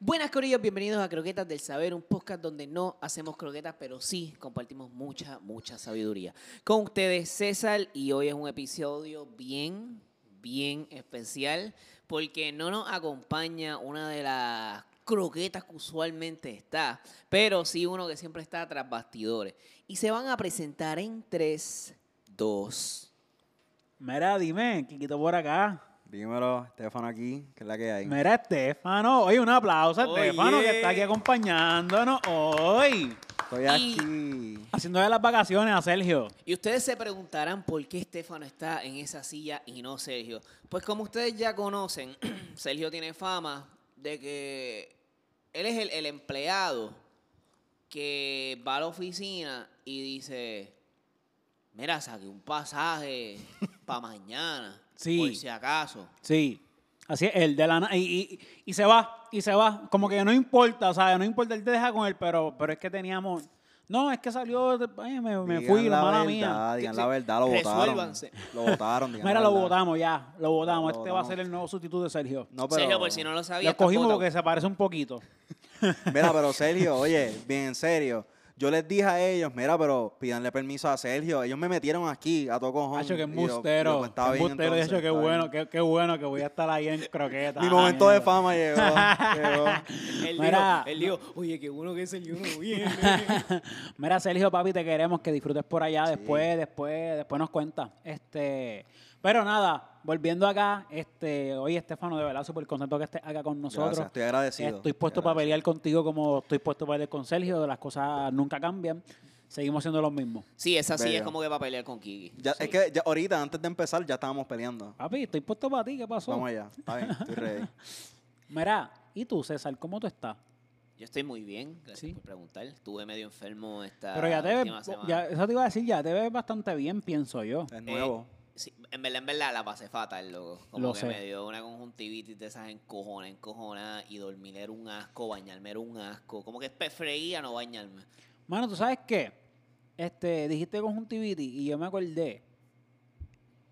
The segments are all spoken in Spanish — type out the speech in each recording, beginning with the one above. Buenas, Corillos, bienvenidos a Croquetas del Saber, un podcast donde no hacemos croquetas, pero sí compartimos mucha, mucha sabiduría. Con ustedes, César, y hoy es un episodio bien, bien especial, porque no nos acompaña una de las croquetas que usualmente está, pero sí uno que siempre está tras bastidores. Y se van a presentar en 3, 2, Mira, dime, quito por acá. Dímelo, Estefano aquí, que es la que hay. Mira, Estefano. Oye, un aplauso a Oye. Estefano que está aquí acompañándonos hoy. Estoy aquí. Haciendo de las vacaciones a Sergio. Y ustedes se preguntarán por qué Estefano está en esa silla y no Sergio. Pues como ustedes ya conocen, Sergio tiene fama de que él es el, el empleado que va a la oficina y dice, mira, saqué un pasaje para mañana, Sí. por si acaso. Sí. Así es, el de la na- y, y, y se va, y se va. Como que no importa, o sea, no importa, él te deja con él, pero, pero es que teníamos. No, es que salió, ay, me, me Digan fui, la mala verdad, mía. Digan Sí, la sí. verdad, lo votaron. Resuélvanse. Lo votaron, digan Mira, la lo verdad. votamos ya, lo votamos. Lo Este va a votamos. ser el nuevo sustituto de Sergio. No, pero, Sergio, por si no lo sabía, Lo está cogimos votado. porque se parece un poquito. Mira, pero Sergio, oye, bien en serio. Yo les dije a ellos, mira, pero pídanle permiso a Sergio. Ellos me metieron aquí a todo cojón. Hacho, que Ah, Y yo- embustero. yo, pues, está bien, embustero, de hecho, entonces, qué está bueno, bien. qué, qué bueno que voy a estar ahí en croqueta. Mi Ah, momento de mierda. fama llegó. llegó. Él, Mira. dijo, él dijo, oye, qué bueno que es el uno bien. Mira, Sergio, papi, te queremos que disfrutes por allá después, después, después nos cuenta. Este, pero nada, volviendo acá, este, hoy Estefano, de verdad, súper contento que estés acá con nosotros. Gracias, estoy agradecido. Estoy puesto para pelear contigo como estoy puesto para pelear con Sergio, las cosas nunca cambian, seguimos siendo los mismos. Sí, es así, es Bello. como que va a pelear con Kiki. Ya- Es que ya ahorita, antes de empezar, ya estábamos peleando. Papi, estoy puesto para ti, ¿qué pasó? Vamos allá. Está bien, estoy ready. Mira, ¿y tú, César, cómo tú estás? Yo estoy muy bien, gracias Sí. por preguntar. Estuve medio enfermo esta Pero ya te última ves, semana. ya, eso te iba a decir, ya te ves bastante bien, pienso yo. Es Eh, nuevo. sí, en verdad, en verdad, la pasé fatal, loco. Como Lo que sé. me dio una conjuntivitis de esas encojonas, encojonadas, y dormir era un asco, bañarme era un asco. Como que prefería no bañarme. Mano, ¿tú sabes qué? Este, dijiste conjuntivitis y yo me acordé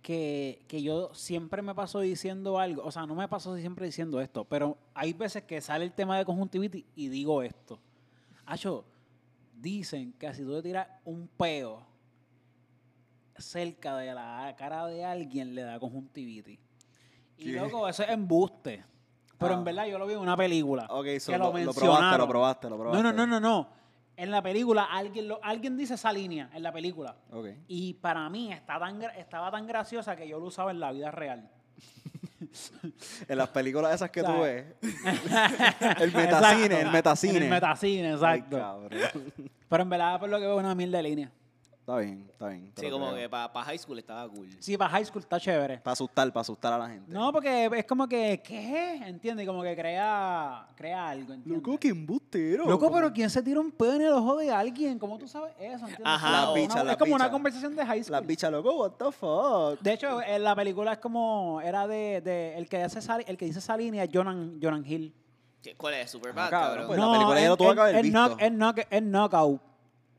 que, que yo siempre me paso diciendo algo, o sea, no me paso siempre diciendo esto, pero hay veces que sale el tema de conjuntivitis y digo esto. Acho, dicen que si tú te tiras un peo cerca de la cara de alguien le da conjuntivitis. Y ¿Qué? loco, eso es embuste. Pero Ah. en verdad yo lo vi en una película. Ok, so que lo, lo- lo probaste, lo mencionaron. probaste, lo No, probaste. no, no, no, no. En la película alguien, lo- alguien dice esa línea en la película. Ok. Y para mí está tan, gra- estaba tan graciosa que yo lo usaba en la vida real. En las películas esas que tú ¿Sabes? ves. el metacine, Exacto. el metacine. En el metacine, Ay, exacto. cabrón. Pero en verdad, por lo que veo, una mil de línea. Está bien, está bien. te Sí, lo como creo. que para high school estaba cool. Sí, para high school está chévere. Para asustar, para asustar a la gente. No, porque es como que, ¿qué? ¿Entiendes? Como que crea, crea algo, ¿entiendes? Loco, qué embustero. Loco, pero ¿quién se tira un pedo en el ojo de alguien? ¿Cómo tú sabes eso? ¿Entiendes? Ajá, Es La como bicha, una- la es como una bicha. conversación de high school. Las bichas, loco, what the fuck. De hecho, en la película es como era de, de- el que hace esa- el que dice esa línea es Jonan, Jonan Hill. ¿Qué- ¿Cuál es? Superbad, Ah, cabrón, cabrón. pues. la película ya lo tuvo que haber el, visto. knock- el knock- el knockout.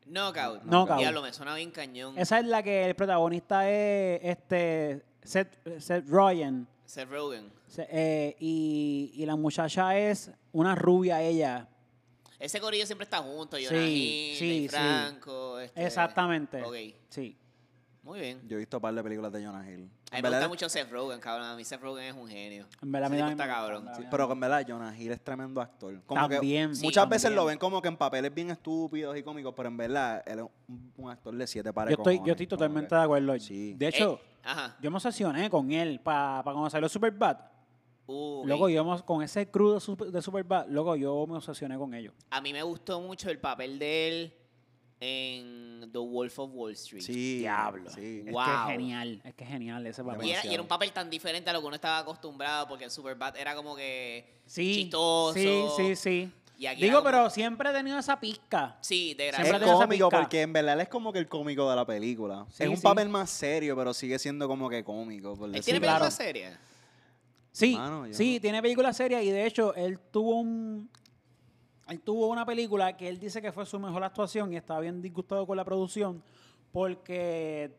Knockout. Knockout. Diablo, me suena bien cañón. Esa es la que el protagonista es este Seth, Seth Rogen. Seth Rogen. Se- eh, y, y la muchacha es una rubia ella. Ese corillo siempre está junto. Yo, Sí, sí, sí. Franco. este- Exactamente. Ok, Sí. muy bien. Yo he visto un par de películas de Jonah Hill. A mí En me verdad- gusta mucho Seth Rogen, cabrón. A mí Seth Rogen es un genio. En verdad, a mí Ese tipo está también me gusta, cabrón. en verdad. Sí, pero en verdad, Jonah Hill es tremendo actor. Como También, que sí, muchas también. veces lo ven como que en papeles bien estúpidos y cómicos, pero en verdad, él es un, un actor de siete pares Yo estoy, yo cojones, estoy como totalmente que- de acuerdo. Sí. De hecho, Eh, ajá. yo me obsesioné con él para cuando salió Superbad. Uh, ok. Loco, íbamos con ese crew de, Super- de Superbad, loco, yo me obsesioné con ellos. A mí me gustó mucho el papel de él en The Wolf of Wall Street. Sí. Diablo. Sí. Wow. Es que es genial, es que es genial ese papel. Y era, y era un papel tan diferente a lo que uno estaba acostumbrado, porque en Superbad era como que Sí, chistoso. sí, sí, sí. Y aquí Digo, era como- pero siempre he tenido esa pizca. Sí, de Siempre Es gracia. tenía esa cómico pizca. porque en verdad él es como que el cómico de la película. Sí, es un sí. papel más serio, pero sigue siendo como que cómico. Por Él tiene decirlo Sí, claro. películas serias. Sí, Mano, yo sí, no- tiene películas serias y de hecho él tuvo un... Él tuvo una película que él dice que fue su mejor actuación y estaba bien disgustado con la producción porque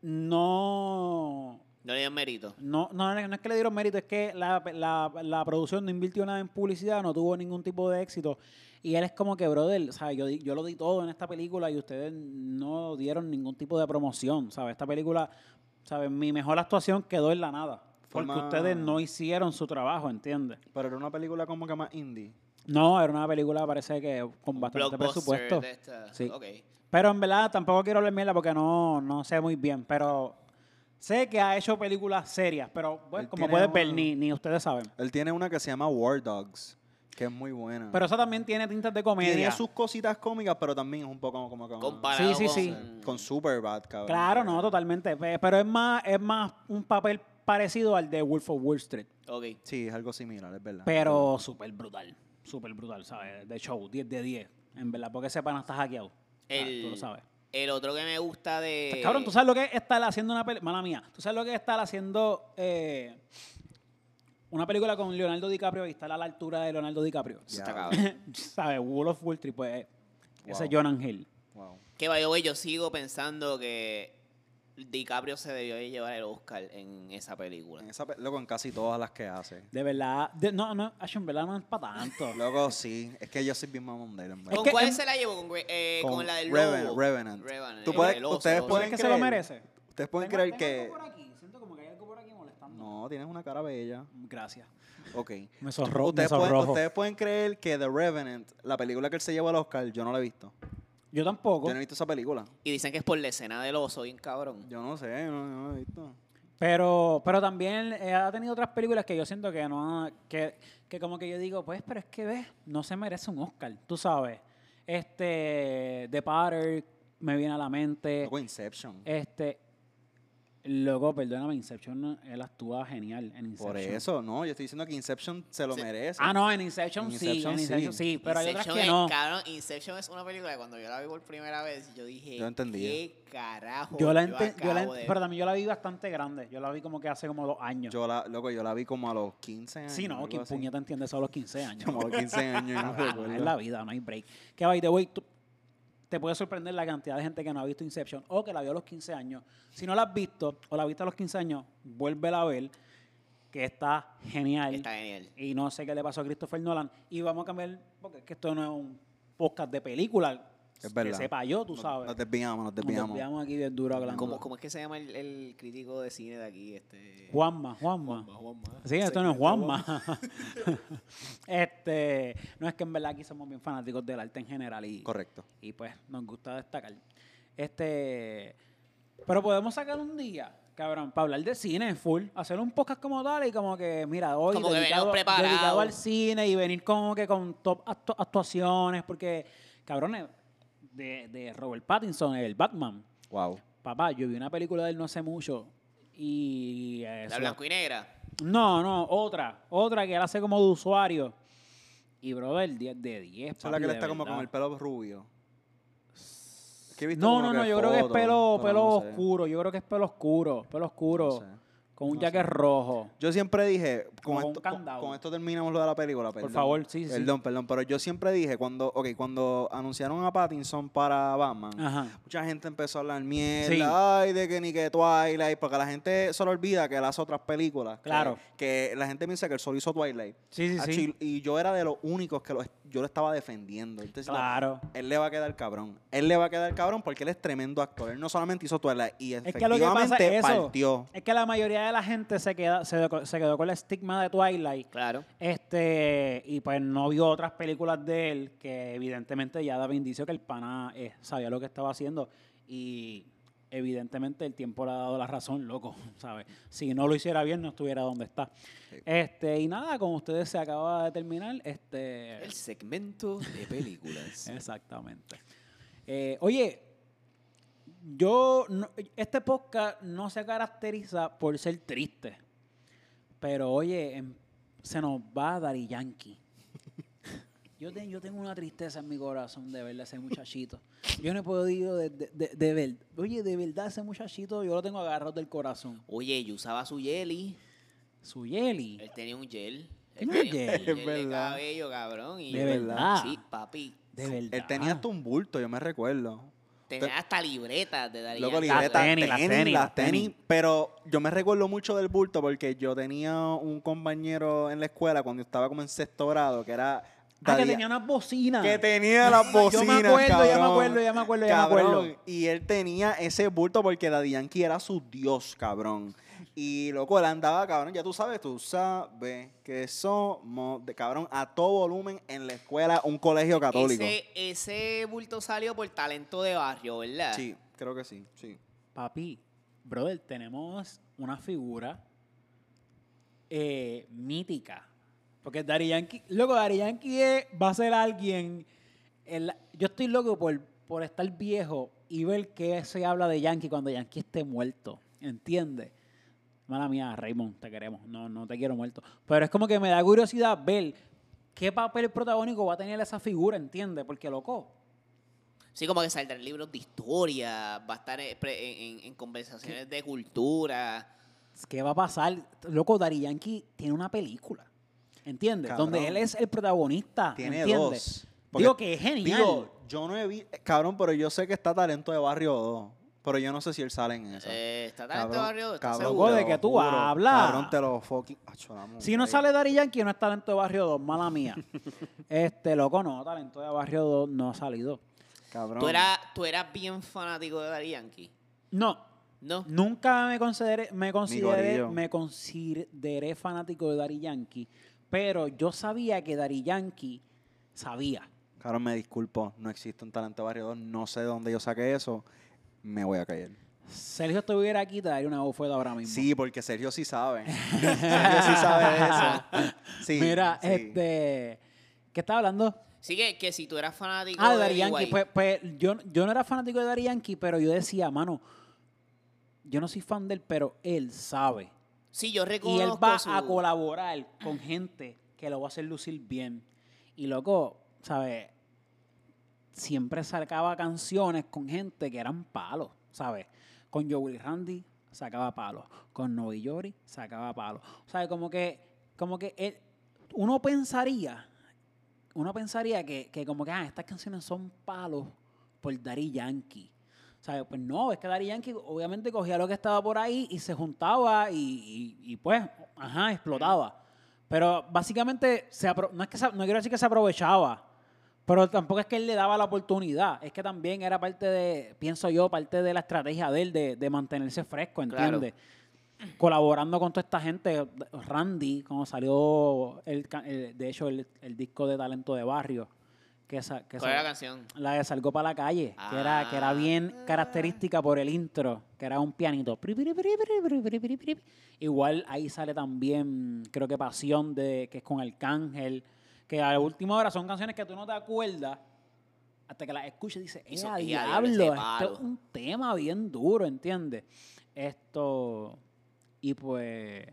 no, No le dieron mérito. No, no, no es que le dieron mérito, es que la, la- la producción no invirtió nada en publicidad, no tuvo ningún tipo de éxito. Y él es como que, brother, ¿sabes? Yo, di- yo lo di todo en esta película y ustedes no dieron ningún tipo de promoción, ¿sabes? Esta película, ¿sabes? Mi mejor actuación quedó en la nada. Porque Forma- ustedes no hicieron su trabajo, ¿entiendes? Pero era una película como que más indie. No, era una película, parece que con bastante Blockbuster presupuesto. de esta- Sí. Ok. Pero en verdad tampoco quiero hablar mierda porque no, no sé muy bien, pero sé que ha hecho películas serias, pero pues, Él como tiene pueden ver, una- ni, ni ustedes saben. Él tiene una que se llama War Dogs, que es muy buena. Pero esa también tiene tintas de comedia. tiene sus cositas cómicas, pero también es un poco como que... ah, Comparado Sí, sí, sí. con- con Superbad, cabrón. Claro, no, totalmente. pe- Pero es más, es más un papel parecido al de Wolf of Wall Street, Ok. Sí, es algo similar, es verdad. pero súper brutal, súper brutal, ¿sabes? De show, 10 de 10, en verdad, porque ese pana está hackeado. ¿sabes? El, Tú lo sabes. el otro que me gusta de. eh, Cabrón, ¿tú sabes lo que es estar haciendo una película? Mala mía. ¿Tú sabes lo que es estar haciendo eh, una película con Leonardo DiCaprio y estar a la altura de Leonardo DiCaprio? Eso Ya. está cabrón. ¿Sabes? Wall of Wall Street, pues, ese Wow. es Jonah Hill. Wow. Que by the way, yo sigo pensando que DiCaprio se debió de llevar el Oscar en esa película. En esa pe- loco, en casi todas las que hace. De verdad, de- no, no, acho, en verdad no es para tanto. Loco, sí. Es que yo soy bien mamón de él, en verdad. ¿Con que cuál en- se la llevo? Con, Gre- eh, Con con, la del Reven- lobo. Revenant. Revenant, Tú el- puedes- el oso, ustedes el oso. ¿Tú crees pueden que se lo creer. merece? Ustedes pueden Tengo- creer tengo que... algo por aquí. Siento como que hay algo por aquí molestando. No, tienes una cara bella. Gracias. Ok. Me sorro, me Ustedes pueden, sorrojo. ustedes pueden creer que The Revenant, la película que él se llevó al Oscar, yo no la he visto. Yo tampoco. Yo no he visto esa película. Y dicen que es por la escena del oso, bien cabrón. Yo no sé, no, yo no la he visto. Pero, pero también eh, ha tenido otras películas que yo siento que no, que, que como que yo digo, pues, pero es que ves, no se merece un Oscar, tú sabes. Este, The Potter me viene a la mente. Loco, Inception. Este, luego, perdóname, Inception, no, él actúa genial en Inception. Por eso, no, yo estoy diciendo que Inception se lo merece. Ah, no, en Inception, En sí, Inception en sí. Inception sí, pero hay otras Inception que es, no. cabrón, Inception es una película que cuando yo la vi por primera vez, yo dije, Yo entendí. ¿qué carajo? Yo la, ente- yo la acabo ent- de pero también yo la vi bastante grande, yo la vi como que hace como dos años. Yo la, loco, yo la vi como a los 15 años. sí, no, algo quien así. puñeta entiende eso a los 15 años. Como a los 15 años, yo no Ah, no, es la recuerdo. vida, no hay break. Que by the way, tú- te puede sorprender la cantidad de gente que no ha visto Inception o que la vio a los 15 años. Si no la has visto o la viste a los 15 años, vuélvela a ver, que está genial. Está genial. Y no sé qué le pasó a Christopher Nolan. Y vamos a cambiar, porque es que esto no es un podcast de película. Es verdad. Que sepa yo, tú sabes. Nos desviamos, Nos nos desviamos. desviamos aquí bien duro hablando. ¿Cómo, ¿Cómo es que se llama el, el crítico de cine de aquí? Este... Juanma, Juanma. Sí, esto no es Juanma. este, no es que en verdad aquí somos bien fanáticos del arte en general y, Correcto. y pues nos gusta destacar. Este, pero podemos sacar un día, cabrón, para hablar de cine full, hacer un podcast como tal y como que, mira, hoy Como que dedicado, venimos preparados. dedicado al cine y venir como que con top actu- actuaciones, porque, cabrones, de, de Robert Pattinson, el Batman, Wow. papá, yo vi una película de él no hace mucho y... eh, La su- blanco y negra. no, no, otra. Otra que él hace como de usuario. Y, brother, 10 de 10. Esa es la papi, que le de está como con verdad. el pelo rubio. Es que he visto No, como no, no, yo creo que es fotos, pelo, pero pelo no sé. oscuro. Yo creo que es pelo oscuro. Pelo oscuro. No sé. Con un no jaque sé. rojo. Yo siempre dije, Como con con esto, un con, candado. con esto terminamos lo de la película, perdón. favor, sí, sí, sí. Perdón, perdón, pero yo siempre dije, cuando ok, cuando anunciaron a Pattinson para Batman, Ajá. mucha gente empezó a hablar mierda, Ah. Sí. ay, de que ni que Twilight, porque la gente solo olvida que él hace otras películas. que- Claro. Que, la gente piensa que él solo hizo Twilight. Sí, sí, sí. Achi- Y yo era de los únicos que lo, yo lo estaba defendiendo. Entonces, Claro. Él le va a quedar cabrón. Él le va a quedar cabrón porque él es tremendo actor. Él no solamente hizo Twilight y Es que lo que pasa efectivamente es eso. partió. Es que la mayoría de la gente se, queda, se, se quedó con el estigma de Twilight. Claro. Este, y pues no vio otras películas de él que evidentemente ya daba indicio que el pana eh, sabía lo que estaba haciendo y evidentemente el tiempo le ha dado la razón, loco, ¿sabes? Si no lo hiciera bien no estuviera donde está. Este, y nada, como ustedes se acaba de terminar, este El segmento de películas. exactamente. Eh, oye, yo no- este podcast no se caracteriza por ser triste, pero oye, em- se nos va a Daddy Yankee. Yo, te- yo tengo una tristeza en mi corazón de verle a ese muchachito. Yo no he podido de, de, de- de ver. Oye, de verdad ese muchachito yo lo tengo agarrado del corazón. Oye, yo usaba su jelly. Su Yeli. Él tenía un gel. Él Tenía un tenía un gel. Es gel de verdad. cabello, cabrón. Y De verdad. Sí, papi. De verdad. Él tenía hasta un bulto, yo me recuerdo. Tenía hasta libretas de Daddy Loco, Yankee. libretas, Las tenis, tenis, las tenis, las las tenis. tenis. Pero yo me recuerdo mucho del bulto porque yo tenía un compañero en la escuela cuando estaba como en sexto grado que era... Ah, que Daddy- tenía unas bocinas. que tenía las yo bocinas, me acuerdo, ya me cabrón. acuerdo, ya me acuerdo, ya me acuerdo. Cabrón, Y él tenía ese bulto porque Daddy Yankee era su dios, cabrón. Y loco, él andaba, cabrón, ya tú sabes, tú sabes que somos, de, cabrón, a todo volumen en la escuela, un colegio católico. Ese, ese bulto salió por talento de barrio, ¿verdad? Sí, creo que sí, sí. Papi, brother, tenemos una figura eh, mítica. Porque Dari Yankee, loco, Dari Yankee es- va a ser alguien. en la- yo estoy loco por, por estar viejo y ver que se habla de Yankee cuando Yankee esté muerto. ¿Entiendes? Mala mía, Raymond, te queremos. No, no te quiero muerto. Pero es como que me da curiosidad ver qué papel protagónico va a tener esa figura, ¿entiendes? Porque loco. Sí, como que saldrán libros de historia, va a estar eh, pre- en, en- en conversaciones de cultura. ¿Qué va a pasar? Loco, Dari Yankee tiene una película. ¿Entiendes? Cabrón. Donde él es el protagonista. Tiene ¿entiendes? dos. Porque- Digo que es genial. Digo, yo no he visto, cabrón, pero yo sé que está Talento de Barrio 2, pero yo no sé si él sale en esa. Eh, está talento Cabrón, de barrio, está cabrón, seguro. Loco, de te que lo tú juro, hablas. Cabrón, te lo fucking... Acho, dame un si no break. sale Dari Yankee, no es talento de Barrio 2, mala mía. este, loco, no, talento de Barrio 2 no ha salido. Cabrón. ¿Tú, eras, tú eras bien fanático de Daddy Yankee, No, ¿no? Mm. nunca me consideré, me consideré, gorillo. me consideré fanático de Dari Yankee, pero yo sabía que Dari Yankee sabía. Cabrón, me disculpo, no existe un talento barrio 2, no sé de dónde yo saqué eso, me voy a caer. Sergio estuviera aquí, te daría una bofeta ahora mismo. Sí, porque Sergio sí sabe. Sergio sí sabe de eso. Sí, Mira, sí. este. ¿Qué estaba hablando? Sí, que, que si tú eras fanático Ah, de de Dari Yankee. Iguay- Pues, pues yo, yo no era fanático de Dari Yankee, pero yo decía, mano, yo no soy fan de él, pero él sabe. sí, yo Y reconozco él va su- a colaborar con gente que lo va a hacer lucir bien. Y loco, ¿sabes? Siempre sacaba canciones con gente que eran palos, ¿sabes? Con Joey Randy sacaba palos. Con Novi Yori sacaba palos. ¿Sabes? Como que, como que él, uno pensaría, uno pensaría que, que como que ah, estas canciones son palos por Dari Yankee. ¿Sabes? Pues no, es que Dari Yankee obviamente cogía lo que estaba por ahí y se juntaba y, y- y, pues, ajá, explotaba. Pero básicamente, se apro- no, es que se- no quiero decir que se aprovechaba, pero tampoco es que él le daba la oportunidad. Es que también era parte de, pienso yo, parte de la estrategia de él de, de mantenerse fresco, Claro. ¿entiendes? Colaborando con toda esta gente, Randy, cuando salió, el, ca- el- de hecho, el, el disco de Talento de Barrio, que, sa- que ¿Cuál era sa- la canción? la de Salgo para la calle, que, era, que era bien Ah. característica por el intro, que era un pianito. Pri, pri, pri, pri, pri, pri, pri, pri. Igual ahí sale también, creo que Pasión, de, que es con Arcángel, que a la última hora son canciones que tú no te acuerdas hasta que las escuchas y dices, Y so- ¡eh, y diablo! diablo, ese Esto palo". es un tema bien duro, ¿entiendes? Esto... Y pues...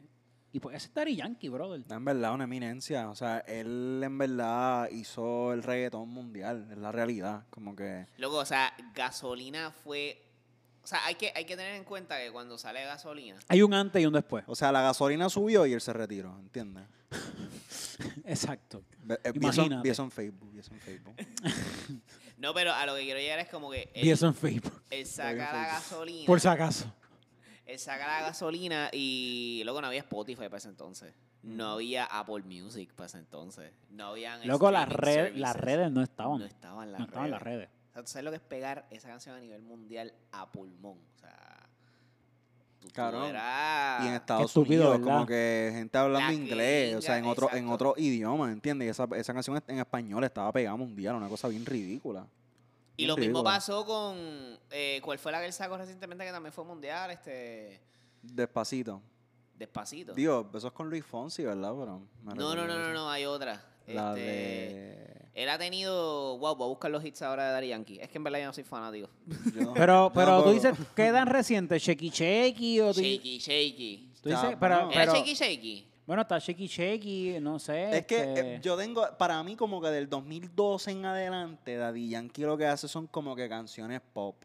Y pues ese es Daddy Yankee, brother. No, En verdad, una eminencia. O sea, él en verdad hizo el reggaetón mundial, es la realidad. Como que... Luego, o sea, gasolina fue. O sea, hay que, hay que tener en cuenta que cuando sale gasolina. Hay un antes y un después. O sea, la gasolina subió y él se retiró, ¿entiendes? Exacto. Ve- eh, Vi eso, Imagínate. vi eso en Facebook, vi eso en Facebook. No, pero a lo que quiero llegar es como que Y él, eso en Facebook. él saca la gasolina. Por si acaso. Él saca la gasolina y luego no había Spotify para ese entonces. No había Apple Music para ese entonces. No habían. Mm. Loco, las, streaming red- services. las redes no Este, estaban. No estaban las No estaban redes. las redes. O sea, tú sabes lo que es pegar esa canción a nivel mundial a pulmón. O sea. Tú, tú Cabrón. eras- Y en Estados estúpido, Unidos, ¿verdad? como que gente hablando Ah, La inglés, o sea, en gringa, otro, en exacto. otro idioma, ¿entiendes? Y esa, esa canción en español estaba pegada mundial, una cosa bien ridícula. Y Bien lo mismo ridícula. pasó con. eh, ¿Cuál fue la que él sacó recientemente que también fue mundial? Este. Despacito. Despacito. Digo, eso es con Luis Fonsi, ¿verdad? Pero me no, no, recuerdo no, no, eso. no, hay otra. La Este, de... Él ha tenido. Wow, voy a buscar los hits ahora de Daddy Yankee. Es que en verdad yo no soy fanático. yo no- Pero, yo pero tú tampoco. dices, ¿qué tan reciente? ¿Shaky Shaky? O tú, Shaky, shaky. tú dices, Cabrón. pero, ¿Era pero- shaky, shaky? Bueno, está Shaky Shaky, no sé. Es que este, eh, yo tengo, para mí como que del 2012 en adelante, Daddy Yankee lo que hace son como que canciones pop.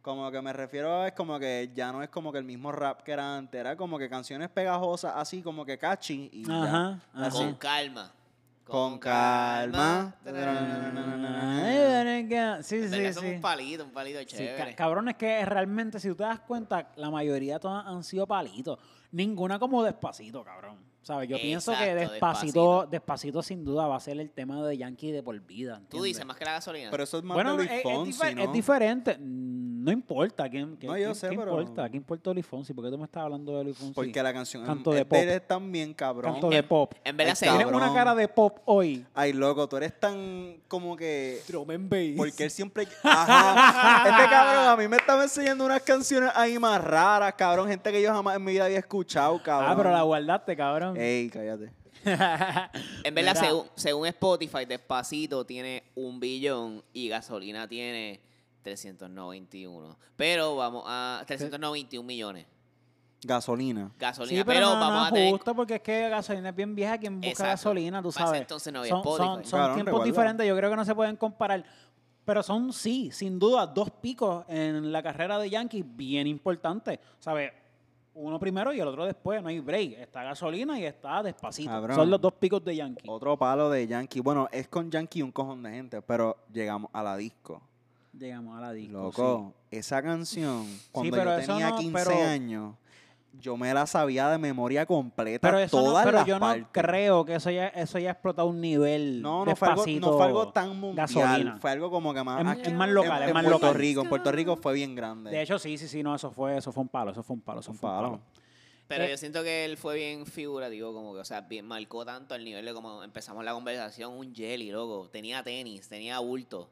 Como que me refiero a- es como que ya no es como que el mismo rap que era antes, era como que canciones pegajosas así como que catchy y ya. Ajá, Así. Con calma. Con calma. calma. Ay, que. Sí, Ah, En verdad, sí, eso es sí. un palito, un palito Sí, ca- chévere. cabrón, es que realmente, si tú te das cuenta, la mayoría todas han sido palitos. Ninguna como despacito, cabrón. ¿Sabes? Yo pienso que Exacto, despacito, despacito sin duda va a ser el tema de Yankee de por vida. Tú dices, ¿entiendes? más que la gasolina. Pero eso es más Bueno, de es, Luis es Fonsi, difer- ¿no? es diferente. Mm, No importa quién, quién- No, yo quién- sé, quién pero- importa. ¿Qué importa Luis Fonsi? ¿Por qué tú me estás hablando de Luis Fonsi? Porque la canción Canto es, de es pop. eres tan bien cabrón. Canto de pop. en verdad, Ahí se- está, Tienes una cabrón. cara de pop hoy. Ay, loco, tú eres tan como que... Porque él siempre... Ajá. Este cabrón a mí me estaba enseñando unas canciones ahí más raras, cabrón. Gente que yo jamás en mi vida había escuchado, cabrón. Ah, pero la guardaste, cabrón. Ey, cállate. en verdad, Mira. según, según Spotify, Despacito tiene un billón y gasolina tiene 391. Pero vamos a... 391 millones. Gasolina. Gasolina. Sí, pero, pero no, no vamos a es tener... justo porque es que gasolina es bien vieja. Quien busca Exacto. gasolina, tú Para ese sabes. entonces no había son Spotify. son- son Cabrón, tiempos recuerda. diferentes. Yo creo que no se pueden comparar. Pero son, sí, sin duda, dos picos en la carrera de Yankees bien importantes. ¿Sabes? Uno primero y el otro después. No hay break. Está gasolina y está despacito. Cabrón. Oh. Son los dos picos de Yankees. Otro palo de Yankee. Bueno, es con Yankee un cojón de gente, pero llegamos a la disco. Llegamos a la disco. sí. Loco, esa canción, cuando pero yo eso tenía no, 15 pero- años, yo me la sabía de memoria completa Pero, eso no- todas pero las yo partes. no creo que eso ya, eso ya ha explotado un nivel. No, no fue, algo, no fue algo despacito. tan mundial. gasolina. Fue algo como que más Es- aquí es más en- local, es en más Puerto local. Rico. En Puerto Rico fue bien grande. De hecho, sí, sí, sí, no, eso fue, eso fue un palo, eso fue un palo, eso Un fue un palo. palo. Pero Eh, yo siento que él fue bien figurativo, como que, o sea, bien, marcó tanto el nivel de como empezamos la conversación, un jelly, loco. Tenía tenis, tenía bulto.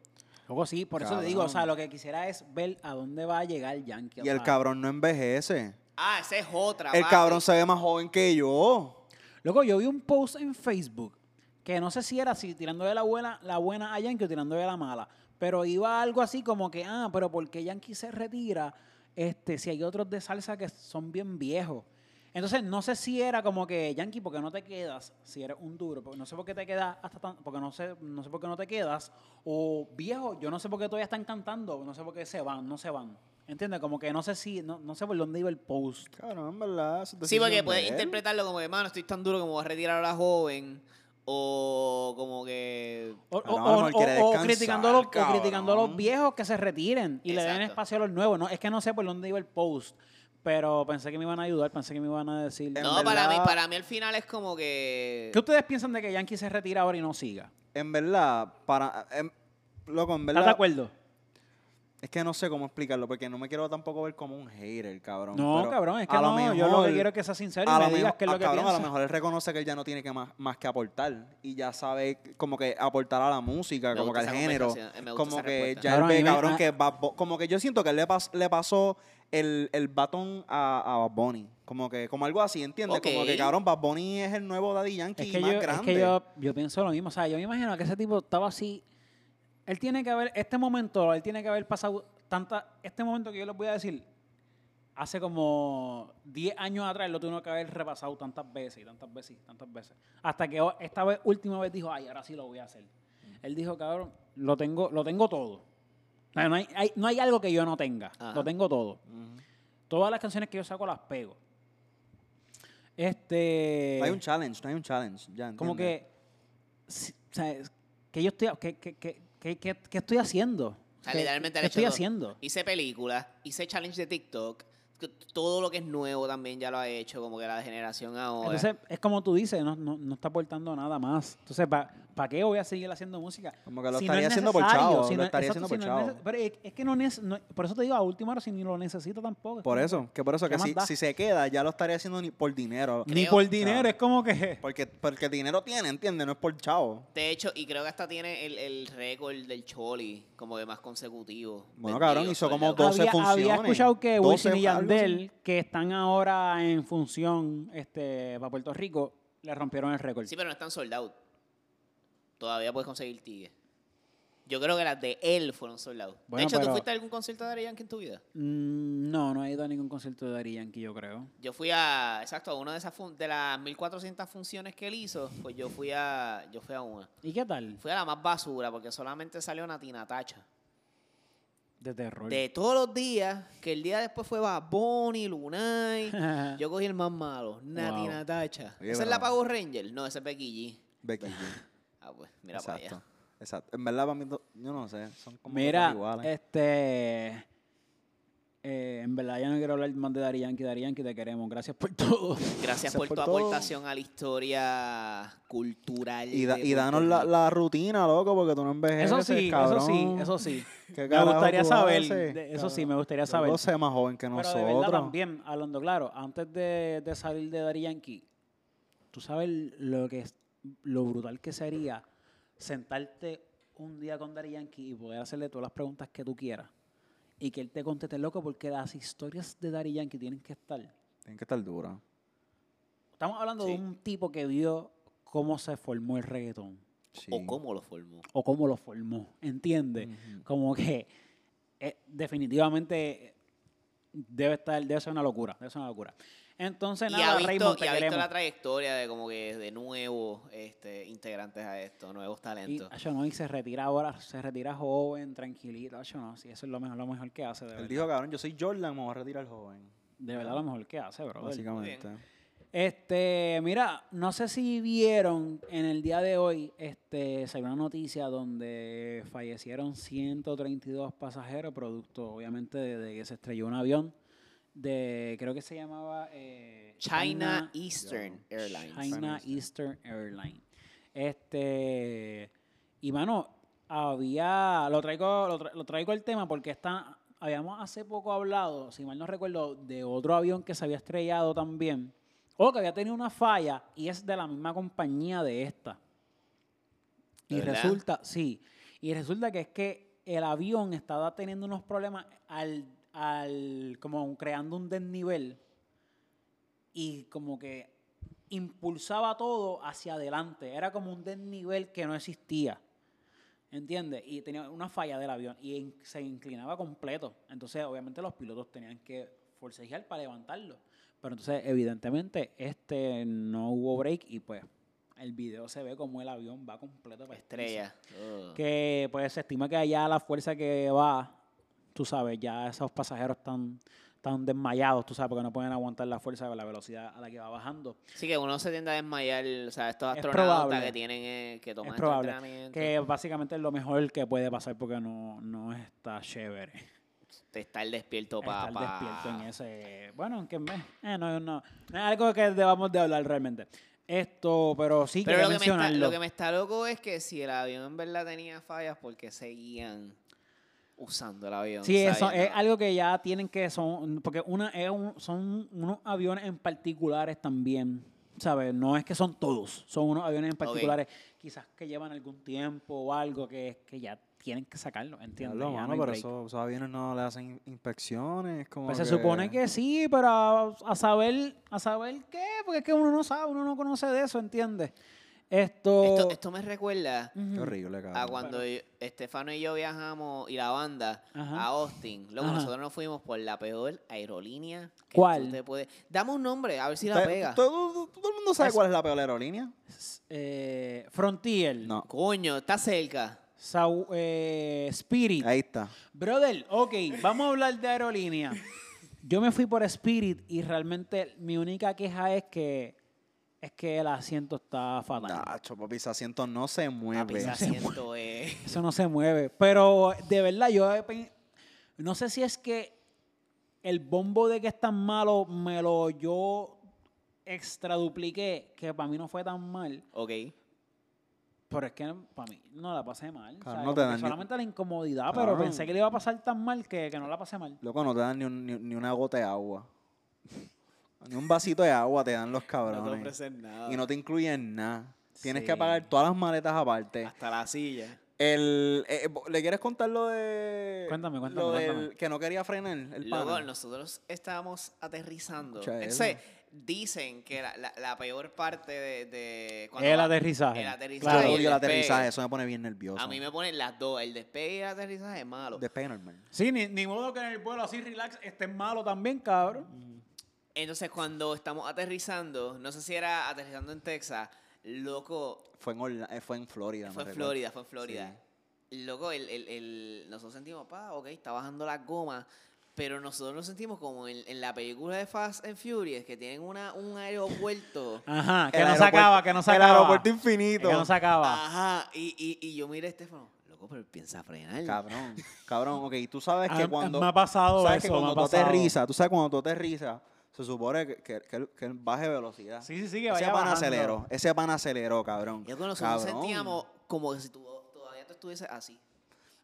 Luego sí, por eso te digo, o sea, Cabrón. lo que quisiera es ver a dónde va a llegar Yankee. o y el sea, cabrón no envejece. Ah, esa es otra. El papi. cabrón se ve más joven que yo. Luego yo vi un post en Facebook que no sé si era así, tirando de la buena, la buena a Yankee o tirando de la mala, pero iba algo así como que, ah, pero ¿por qué Yankee se retira este, si hay otros de salsa que son bien viejos? Entonces, no sé si era como que, Yankee, ¿por qué no te quedas si eres un duro? Porque no sé por qué te quedas hasta tan, porque no sé, no sé por qué no te quedas. O viejo, yo no sé por qué todavía están cantando, no sé por qué se van, no se van. ¿Entiendes? Como que no sé si, no, no sé por dónde iba el post. Cabrón, en verdad. eso es Sí, porque puedes decisión pues. de él. interpretarlo como que, mano, estoy tan duro como voy a retirar a la joven. O como que. O, o- Cabrón, o- él quiere o- o descansar, criticando a los, o cabrón. criticando a los viejos que se retiren y le den Exacto. espacio a los nuevos. No, es que no sé por dónde iba el post, pero pensé que me iban a ayudar, pensé que me iban a decir. En No, verdad- para mí, para mí al final es como que. ¿Qué ustedes piensan de que Yankee se retira ahora y no siga? En verdad, para. en- loco, en ¿Estás verdad. de acuerdo? Es que no sé cómo explicarlo, porque no me quiero tampoco ver como un hater, cabrón. No, pero cabrón, es que a lo no, mejor, yo lo que quiero es que seas sincero y a me lo digas mejor- qué es lo ah, que cabrón, a piensas. lo mejor él reconoce que él ya no tiene que más, más que aportar y ya sabe como que aportar a la música, Me como que gusta al esa género, conversación, eh, me gusta como esa que respuesta. ya él Cabrón, ve, a mí me- cabrón, ah. que Bad Bo- como que yo siento que él le, pas- le pasó el, el batón a, a Bad Bunny, como que como algo así, ¿entiendes? Como que Ok. cabrón, Bad Bunny es el nuevo Daddy Yankee Es que, más yo, es grande. que yo, yo pienso lo mismo. O sea, yo me imagino que ese tipo estaba así. Él tiene que haber, este momento, él tiene que haber pasado tanta. Este momento que yo les voy a decir, hace como 10 años atrás, él lo tuvo que haber repasado tantas veces, y tantas veces, y tantas veces. Hasta que o- esta vez, última vez dijo, ay, ahora sí lo voy a hacer. Mm. Él dijo, cabrón, lo tengo, lo tengo todo. No hay, no hay- hay- no hay algo que yo no tenga. Ajá. Lo tengo todo. Ujú. Todas las canciones que yo saco las pego. Este. No hay un challenge, no hay un challenge, ya, Como ¿entiendes? que, si- o sea, es- que yo estoy, que, que, que, que, que- que estoy haciendo. O sea, Que- literalmente que le he estoy hecho todo. haciendo. Hice películas, hice challenge de TikTok. que Todo lo que es nuevo también ya lo ha hecho, como que la generación ahora. Entonces, es como tú dices, no, no, no está aportando nada más. Entonces, ¿para qué voy a seguir haciendo música? Como que lo Si no estaría es haciendo por necesario, chavo, si lo no- estaría exacto, haciendo si por no es chavo. nece- pero es, es que no, es- no- por eso te digo, a última hora, si ni lo necesito tampoco. es Por como eso, que por eso ¿Qué que más si, da? si se queda ya lo estaría haciendo ni por dinero. que- Ni Creo- por dinero, Claro. es como que... Porque, porque dinero tiene, ¿entiendes? No es por chavo. De hecho, y creo que hasta tiene el, el récord del Choli, como de más consecutivo. Bueno, cabrón, hizo soldado. como dos. 12 Había, había funciones, escuchado que 12 Wilson y algo así. Yandel, que están ahora en función este, para Puerto Rico, le rompieron el récord. Ah, Sí, pero no están sold out. Todavía puedes conseguir tickets. Yo creo que las de él fueron sold out. de Bueno, hecho, ¿tú pero- fuiste a algún concierto de Daddy Yankee en tu vida? Mm, No, no he ido a ningún concierto de Daddy Yankee, yo creo. Yo fui a, exacto, a una de esas fun- de las 1400 funciones que él hizo, pues yo fui a yo fui a una. ¿Y qué tal? Fui a la más basura porque solamente salió Natina Tacha. De terror. De todos los días, que el día después fue Bad Bunny, Lunay, yo cogí el más malo, Nati Wow. Natacha. Oye, ¿Esa es pero- la Pago Ranger? No, esa es Becky G. Becky G. Ah, pues, mira para allá. Exacto. Exacto. En verdad, para mí, do- yo no sé. Son como Mira, cosas iguales. este. eh, en verdad, ya no quiero hablar más de Dari Yankee. Dari Yankee, te queremos. Gracias por todo. Gracias Gracias por tu por todo. aportación a la historia cultural. y, da- de y Puerto danos la, Rico. la rutina, loco, porque tú no envejeces, Eso sí, eso cabrón. sí, eso sí. ¿Qué Me carajo gustaría tú saber. haces, de- eso sí, cabrón? me gustaría Yo saber. no sé más joven que Pero de verdad nosotros. también, hablando claro, antes de, de salir de Dari Yankee, tú sabes lo que es, lo brutal que sería sentarte un día con Dari Yankee y poder hacerle todas las preguntas que tú quieras. Y que él te conteste loco porque las historias de Dari Yankee tienen que estar. Tienen que estar dura. Estamos hablando de Sí. un tipo que vio cómo se formó el reggaetón Sí. O cómo lo formó. o cómo lo formó, ¿entiendes? Ujú. Como que eh, definitivamente eh, debe estar, debe ser una locura, debe ser una locura. Entonces, Y nada, ha, visto, Raymond, y te ha visto queremos. la trayectoria de como que de nuevos este, integrantes a esto, nuevos Y, talentos. acho, no, y se retira ahora, se retira joven, tranquilito, acho, no, sí, eso es lo mejor, lo mejor que hace, de Él verdad. dijo, cabrón, yo soy Jordan, me voy a retirar joven. de verdad lo mejor que hace, bro. Básicamente. Este, mira, no sé si vieron en el día de hoy, este, salió una noticia donde fallecieron 132 pasajeros, producto obviamente de, de que se estrelló un avión de, creo que se llamaba eh, China Eastern Airlines. China China Eastern Airlines. Este, y mano, había, lo traigo, lo, tra- lo traigo el tema porque está, habíamos hace poco hablado, si mal no recuerdo, de otro avión que se había estrellado también, o que había tenido una falla y es de la misma compañía de esta. ¿De Y verdad? resulta, sí, y resulta que es que el avión estaba teniendo unos problemas al, al como creando un desnivel y como que impulsaba todo hacia adelante. Era como un desnivel que no existía. ¿Entiendes? Y tenía una falla del avión y in- se inclinaba completo. Entonces, obviamente, los pilotos tenían que forcejear para levantarlo. Pero entonces, evidentemente, este no hubo break y pues el video se ve como el avión va completo para el piso. Estrella. Ugh. Que pues se estima que allá la fuerza que va, tú sabes, ya esos pasajeros están, están desmayados, tú sabes, porque no pueden aguantar la fuerza de la velocidad a la que va bajando. Sí, que uno se tiende a desmayar. O sea, estos Es astronautas probable. que tienen eh, que tomar es probable. este entrenamiento. Que básicamente es lo mejor que puede pasar porque no, no está chévere. de Estar despierto para. estar despierto en ese. Bueno, aunque en vez- eh, no, no, no es algo que debamos de hablar realmente. Esto, pero sí Pero quería lo que, me está, mencionarlo. lo que me está loco es que si el avión en verdad tenía fallas, porque seguían usando el avión? Sí, eso es sabiendo? algo que ya tienen que son porque una es un- son unos aviones en particulares también, ¿sabes? No es que son todos, son unos aviones en particulares quizás que llevan algún tiempo o algo que que ya tienen que sacarlo, ¿entiendes? Diablo, Ya no mano, hay pero break. eso- esos aviones no le hacen in- inspecciones. Como Pues se supone que sí, pero a, a saber a saber qué, porque es que uno no sabe, uno no conoce de eso, ¿entiendes? Esto, Esto, esto me recuerda Ujú. Qué horrible, a cabrón. Ah, cuando yo- Estefano y yo viajamos y la banda Ajá. a Austin. Luego Ajá. nosotros nos fuimos por la peor aerolínea. que ¿Cuál? tú te puedes- Dame un nombre, a ver si la Te- pega. Todo, todo- todo el mundo sabe Es- cuál es la peor aerolínea. S- eh, Frontier, No. Coño, está cerca. Sau- eh, Spirit. Ahí está. Brother, ok, vamos a hablar de aerolínea. Yo me fui por Spirit y realmente mi única queja es que es que el asiento está fatal. Nacho, papi, ese asiento no se Papi, eh. mueve. ese asiento es. Eso no se mueve. Pero de verdad, yo he pen- no sé si es que el bombo de que es tan malo me lo yo extradupliqué, que para mí no fue tan mal. Ok. Pero es que para mí no la pasé mal. O sea, Claro, no como te que dan ni- solamente la incomodidad, pero Claro. pensé que le iba a pasar tan mal que, que no la pasé mal. Loco, no te dan ni, un- ni- ni una gota de agua. Ni un vasito de agua te dan los cabrones. nada. y no te incluyen nada. Tienes que Sí. pagar todas las maletas aparte. Hasta la silla. El, eh, eh, bo- ¿Le quieres contar lo de. Cuéntame, cuéntame, Lo cuéntame. del que no quería frenar el Luego pana? nosotros estábamos aterrizando. Escucha Entonces, eso. dicen que la, la- la peor parte de. de cuando El va- aterrizaje. El aterrizaje. Claro. y Yo el odio el despegue. aterrizaje, eso me pone bien nervioso. A mí me ponen las dos, el despegue y el aterrizaje es malo. Despegue normal. Sí, ni, ni modo que en el vuelo así relax estés malo también, cabrón. Entonces, cuando estamos aterrizando, no sé si era aterrizando en Texas, loco, Fue en, Orla- eh, fue en Florida. fue me en recuerdo. Florida, fue en Florida. Loco, el, el, el- nosotros sentimos, pa, ok, está bajando la goma. Pero nosotros nos sentimos como en, en la película de Fast and Furious, que tienen una, un aeropuerto. Ajá, Ah, que El no se aeropuerto- acaba, que no se El acaba. aeropuerto Que infinito. no se acaba. Ajá, y, y, y yo miré a Estefano, loco, pero él piensa frenar. Cabrón, cabrón. Ok, tú sabes que Ah, cuando... me ha pasado sabes que eso, me cuando ha tú pasado. aterrizas, tú sabes cuando tú aterrizas, se supone que, que, que él- que él baje velocidad. Sí, sí, sí, que ese vaya pan bajando. aceleró, ese pan aceleró, cabrón. Yo con nosotros Cabrón. sentíamos como que si tú, todavía tú estuvieses así.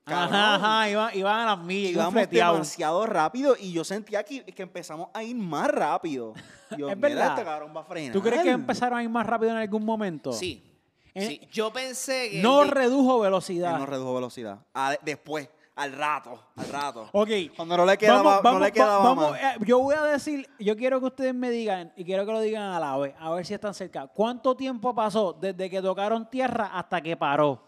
Cabrón. Ajá, ajá, iban, iban a las millas, iban Íbamos fleteados. demasiado rápido y yo sentía que, que empezamos a ir más rápido. Yo, Es "Mira, verdad. este cabrón va a frenar. ¿Tú crees que empezaron a ir más rápido en algún momento? Sí. Eh, sí. Yo pensé que... No el- redujo Eh, Él velocidad. no redujo velocidad. Ah, después, al rato, al rato. Ok. Cuando no le quedaba, no le quedaba va- vamos, más. eh, yo voy a decir, yo quiero que ustedes me digan, y quiero que lo digan a la vez, a ver si están cerca. ¿Cuánto tiempo pasó desde que tocaron tierra hasta que paró?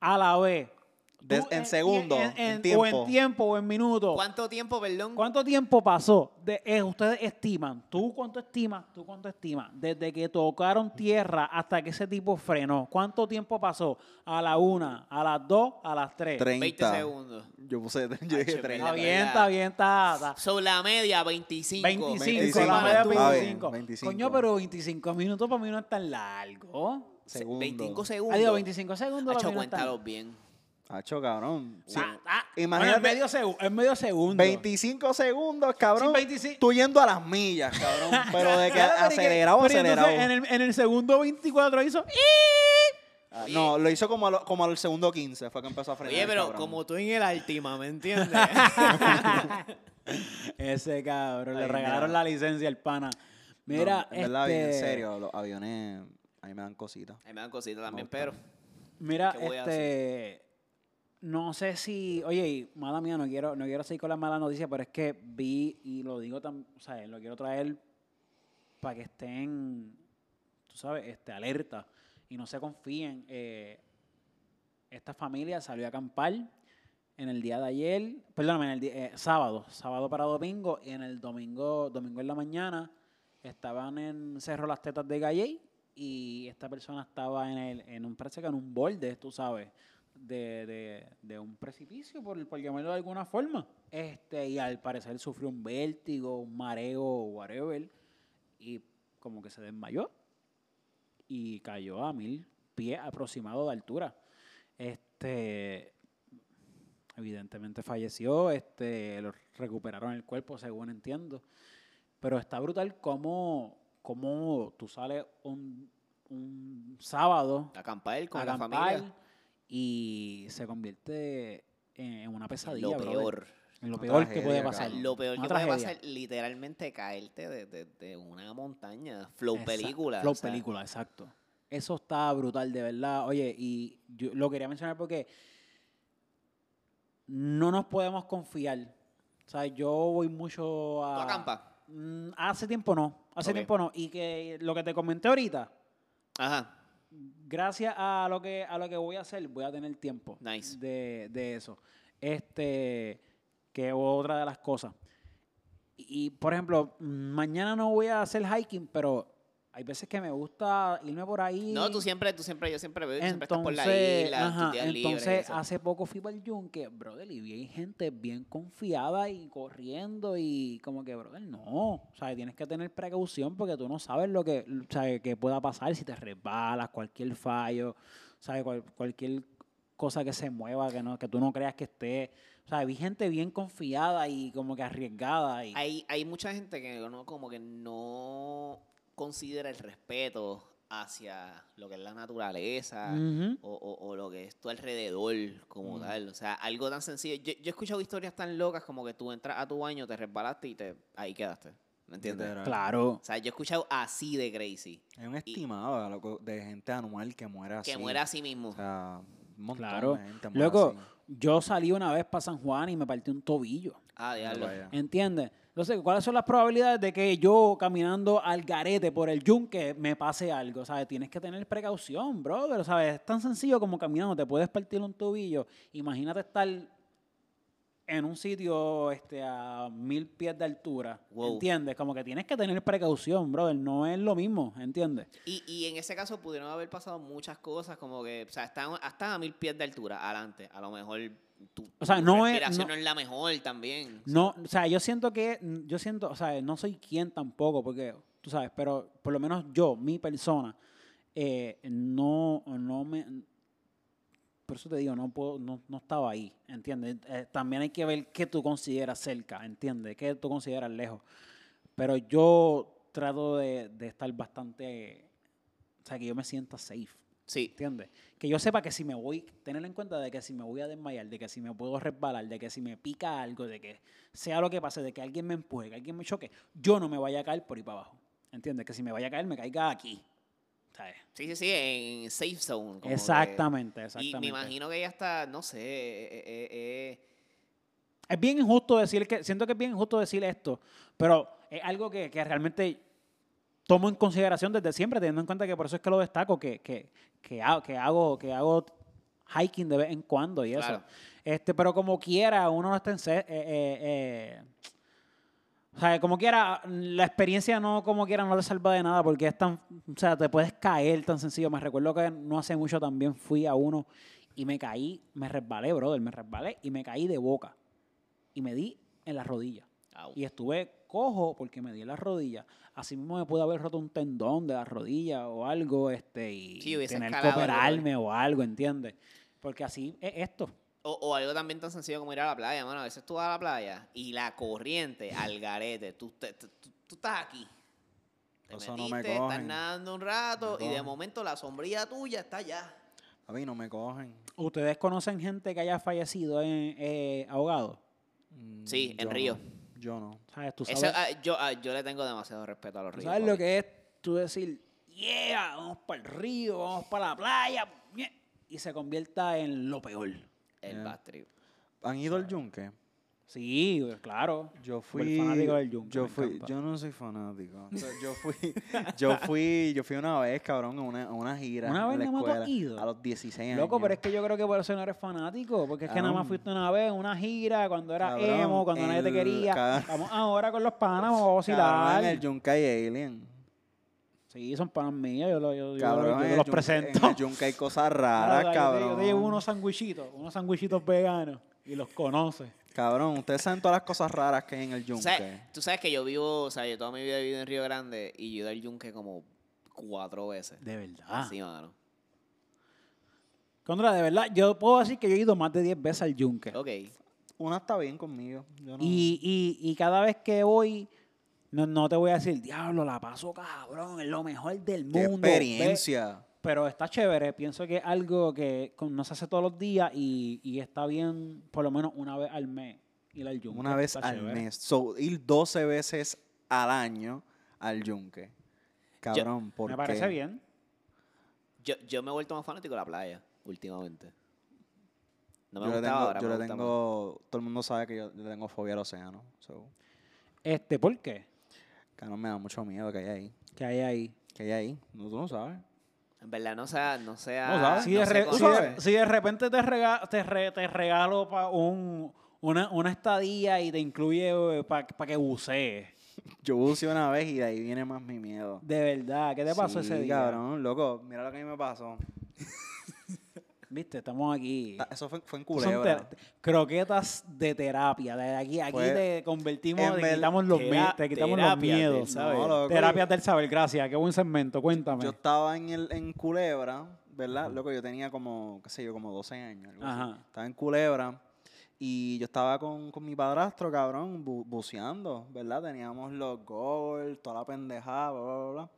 A la vez. Tú, Des- en segundo, en O en tiempo. tiempo, o en minuto. ¿Cuánto tiempo, perdón? ¿Cuánto tiempo pasó? De- eh, ustedes estiman, tú cuánto estimas, tú cuánto estimas, desde que tocaron tierra hasta que ese tipo frenó. ¿Cuánto tiempo pasó? A la una, a las dos, a las tres. 20 30. segundos. Yo puse, yo dije H, 30. Está la bien, verdad. está bien, está. está. Sobre la media, 25. 25, 25, la media estuvo bien, 25. 25. Coño, pero 25 minutos para mí no es tan largo. Segundo. 25 segundos. Ah, digo, 25 segundos para Hacho, mí no es tan- cuéntalos bien. Hacho, cabrón. Sí. Ah, ah, Imagínate, bueno, es medio, segu- es medio segundo. 25 segundos, cabrón. Sí, 25. Tú yendo a las millas, cabrón. Pero de que Claro, pero es que- acelerado, pero entonces acelerado. En el, en el segundo 24 hizo... Ah, No, lo hizo como, a lo- como al segundo 15. Fue que empezó a frenar. Oye, el pero cabrón. como tú en el Altima, ¿me entiendes? Ese cabrón, le Ay, regalaron mira. la licencia al pana. No, Mira, en verdad, bien en este, serio, los aviones a mí me dan cositas. Ahí me dan cositas también, Me pero... gustan. Mira, ¿Qué voy a este. No sé si. Oye, y mala mía, no quiero, no quiero seguir con las malas noticias, pero es que vi y lo digo también. O sea, lo quiero traer para que estén, tú sabes, este, alerta y no se confíen. Eh, esta familia salió a acampar en el día de ayer, perdóname, en el di- eh, sábado, sábado para domingo, y en el domingo, domingo en la mañana, estaban en Cerro Las Tetas de Galley y esta persona estaba en, el, en un, parece que en un borde, tú sabes, de, de- de un precipicio, por, por llamarlo de alguna forma. Este, y al parecer sufrió un vértigo, un mareo, whatever, y como que se desmayó y cayó a mil pies aproximado de altura. Este, evidentemente falleció, este, lo recuperaron el cuerpo, según entiendo. Pero está brutal cómo, cómo tú sales un, un sábado Acampar a con la acampar familia. y se convierte en, en una pesadilla. Lo brother. peor. En lo Una peor que puede tragedia, O sea, pasar. cabrón. lo peor Una que puede tragedia. pasar literalmente caerte de, de- de una montaña. Flow Exa- película. Flow o sea, película, exacto. Eso está brutal, de verdad. Oye, y yo lo quería mencionar porque no nos podemos confiar. O sea, yo voy mucho ¿Tú a... acampas? Mm, Hace tiempo no, hace Ok. tiempo no. Y que lo que te comenté ahorita, Ajá. gracias a lo que, a lo que voy a hacer, voy a tener tiempo Nice. de, de eso. Este, que otra de las cosas. Y, y, por ejemplo, mm, mañana no voy a hacer hiking, pero hay veces que me gusta irme por ahí. No, tú siempre, tú siempre, yo siempre veo, tú siempre estás por la Entonces, isla, en tus ajá, días libres y entonces eso. hace poco fui para el yunque, brother, y vi ahí gente bien confiada y corriendo y como que, brother, no, o sea, tienes que tener precaución porque tú no sabes lo que, o sea, que pueda pasar si te resbalas, cualquier fallo, ¿sabes? Cual- cualquier cosa que se mueva, que, no, que tú no creas que esté, o sea, vi gente bien confiada y como que arriesgada y... Hay, hay mucha gente que no, como que no considera el respeto hacia lo que es la naturaleza Mm. Ujú. o, o- o lo que es tu alrededor como Mm. tal. O sea, algo tan sencillo. Yo, yo he escuchado historias tan locas como que tú entras a tu baño, te resbalaste y te ahí quedaste. ¿Me entiendes? Literal. Claro. O sea, yo he escuchado así de crazy. Hay un estimado loco, de gente anual que muere así. Que muera así mismo. O sea, un montón Claro. de gente muere Loco, así. Yo salí una vez para San Juan y me partí un tobillo. ah, diablo. vaya. ¿Entiendes? Entonces, ¿cuáles son las probabilidades de que yo caminando al garete por el yunque me pase algo? ¿Sabes? Tienes que tener precaución, brother. ¿Sabes? Es tan sencillo como caminando, te puedes partir un tobillo. Imagínate estar en un sitio este, a mil pies de altura. Wow. ¿Entiendes? Como que tienes que tener precaución, brother. No es lo mismo, ¿entiendes? Y, y en ese caso pudieron haber pasado muchas cosas, como que, o sea, están, están a mil pies de altura, adelante. A lo mejor tu, O sea, tu no es- respiración no- no es la mejor también. No, o sea, yo siento que, yo siento, o sea, no soy quien tampoco, porque, tú sabes, pero por lo menos yo, mi persona, eh, no, no me, por eso te digo, no puedo, no, no estaba ahí, ¿entiendes? Eh, también hay que ver qué tú consideras cerca, ¿entiendes? Qué tú consideras lejos. Pero yo trato de, de estar bastante, o sea, que yo me sienta safe, Sí. ¿Entiendes? Que yo sepa que si me voy, tener en cuenta de que si me voy a desmayar, de que si me puedo resbalar, de que si me pica algo, de que sea lo que pase, de que alguien me empuje, que alguien me choque, yo no me vaya a caer por ahí para abajo. ¿Entiendes? Que si me vaya a caer, me caiga aquí. ¿Sabes? Sí, sí, sí, en safe zone. como que- Exactamente, exactamente. Y me imagino que ya está, no sé, eh, eh, eh, Es bien injusto decir que, siento que es bien injusto decir esto, pero es algo que, que realmente tomo en consideración desde siempre, teniendo en cuenta que por eso es que lo destaco, que, que, que, ha- que hago, que hago hiking de vez en cuando y eso. Claro. Este, pero como quiera, uno no está en... se- eh, eh, eh, o sea, como quiera, la experiencia no, como quiera, no te salva de nada porque es tan, o sea, te puedes caer tan sencillo. Me recuerdo que no hace mucho también fui a uno y me caí, me resbalé, brother, me resbalé y me caí de boca y me di en la rodilla. Au. Y estuve cojo porque me di en la rodilla. Así mismo me pude haber roto un tendón de la rodilla o algo, este, y Sí, hubiese tener que escalado el dolor. operarme o algo, ¿entiendes? Porque así es esto. O, o algo también tan sencillo como ir a la playa, mano. A veces tú vas a la playa y la corriente al garete. Tú, te- tú- tú- tú estás aquí. Te Eso no me metiste, estás cogen. nadando un rato Me y de cogen. momento la sombrilla tuya está allá. A mí no me cogen. ¿Ustedes conocen gente que haya fallecido en, eh, ahogado? Mm, Sí, en yo no. Río. Yo no. ¿Sabes? ¿Tú sabes? Eso, ah, yo, ah, yo le tengo demasiado respeto a los ¿Tú ríos. ¿Sabes lo papi. que es tú decir, yeah, vamos para el río, vamos para la playa, ñe", y se convierta en lo peor? El Yeah. bad trip. ¿Han ido al yunque? Sí, claro. Yo Fue el fui. fanático del yunque, Yo me fui. encanta. Yo no soy fanático. O sea, yo fui. Yo fui. Yo fui una vez, cabrón, a una, a una gira. ¿Una vez en la nada más tú has escuela, ido? A los 16 años. Loco, pero es que yo creo que por eso no eres fanático, porque es que nada más Cabrón. fuiste una vez, una gira, cuando era Cabrón, emo, cuando nadie te el- quería. cabrón. Vamos ahora con los panas, vamos a Cabrón, en el vacilar. yunque hay alien. Sí, son panas míos, yo, lo- yo- yo Cabrón, lo- yo en el los yunque- presento. En el yunque hay cosas Ahora, raras, yo te- cabrón. Yo te llevo unos sandwichitos, unos sandwichitos veganos, y los conoces. Cabrón, ustedes saben todas las cosas raras que hay en el Tú yunque. sabes, tú sabes que yo vivo, o sea, yo toda mi vida he vivido en Río Grande y yo he ido al yunque como cuatro veces. De ah. verdad. Sí, mano. Contra, de verdad, yo puedo decir que yo he ido más de 10 veces al yunque. Ok. Una está bien conmigo. Yo no- Y, y- y cada vez que voy, no, no te voy a decir, diablo, la paso cabrón, es lo mejor del Qué mundo. ve". experiencia. Pero está chévere, pienso que es algo que con- no se hace todos los días y, y está bien por lo menos una vez al mes ir al yunque. Una vez está al chévere. mes. So, ir 12 veces al año al yunque. Cabrón, ¿por Me qué? parece bien. Yo, yo me he vuelto más fanático de la playa últimamente. No me yo le gustaba tengo, ahora, me yo le gusta más. tengo- todo el mundo sabe que yo le tengo fobia al océano. So, Este, ¿Por qué? cabrón, me da mucho miedo que hay ahí. Que hay ahí. Que hay ahí. No, tú no sabes. En verdad, no sea, no sea. Ah, No sabes. si, no de sé re- cómo- si de- si de repente te, rega- te, re- te regalo pa un, una, una estadía y te incluye para que bucees. Yo buceé una vez y de ahí viene más mi miedo. De verdad, ¿qué te pasó Sí, ese día? cabrón, loco. Mira lo que a mí me pasó. Viste, estamos aquí. Ta- Eso fue, fue en Estos son Culebra. ter- croquetas de terapia. De aquí, aquí Pues, te convertimos, en te ver- quitamos los, tera- miedos, te quitamos los terapias del miedos. saber. No, loco, Terapias yo- del saber, gracias. Qué buen segmento, cuéntame. Yo estaba en, el, en Culebra, ¿verdad? Loco, yo tenía como, qué sé yo, como 12 años. algo así. Ajá. Estaba en Culebra y yo estaba con, con mi padrastro, cabrón, bu- buceando, ¿verdad? Teníamos los goggles, toda la pendejada, bla, bla, bla, bla.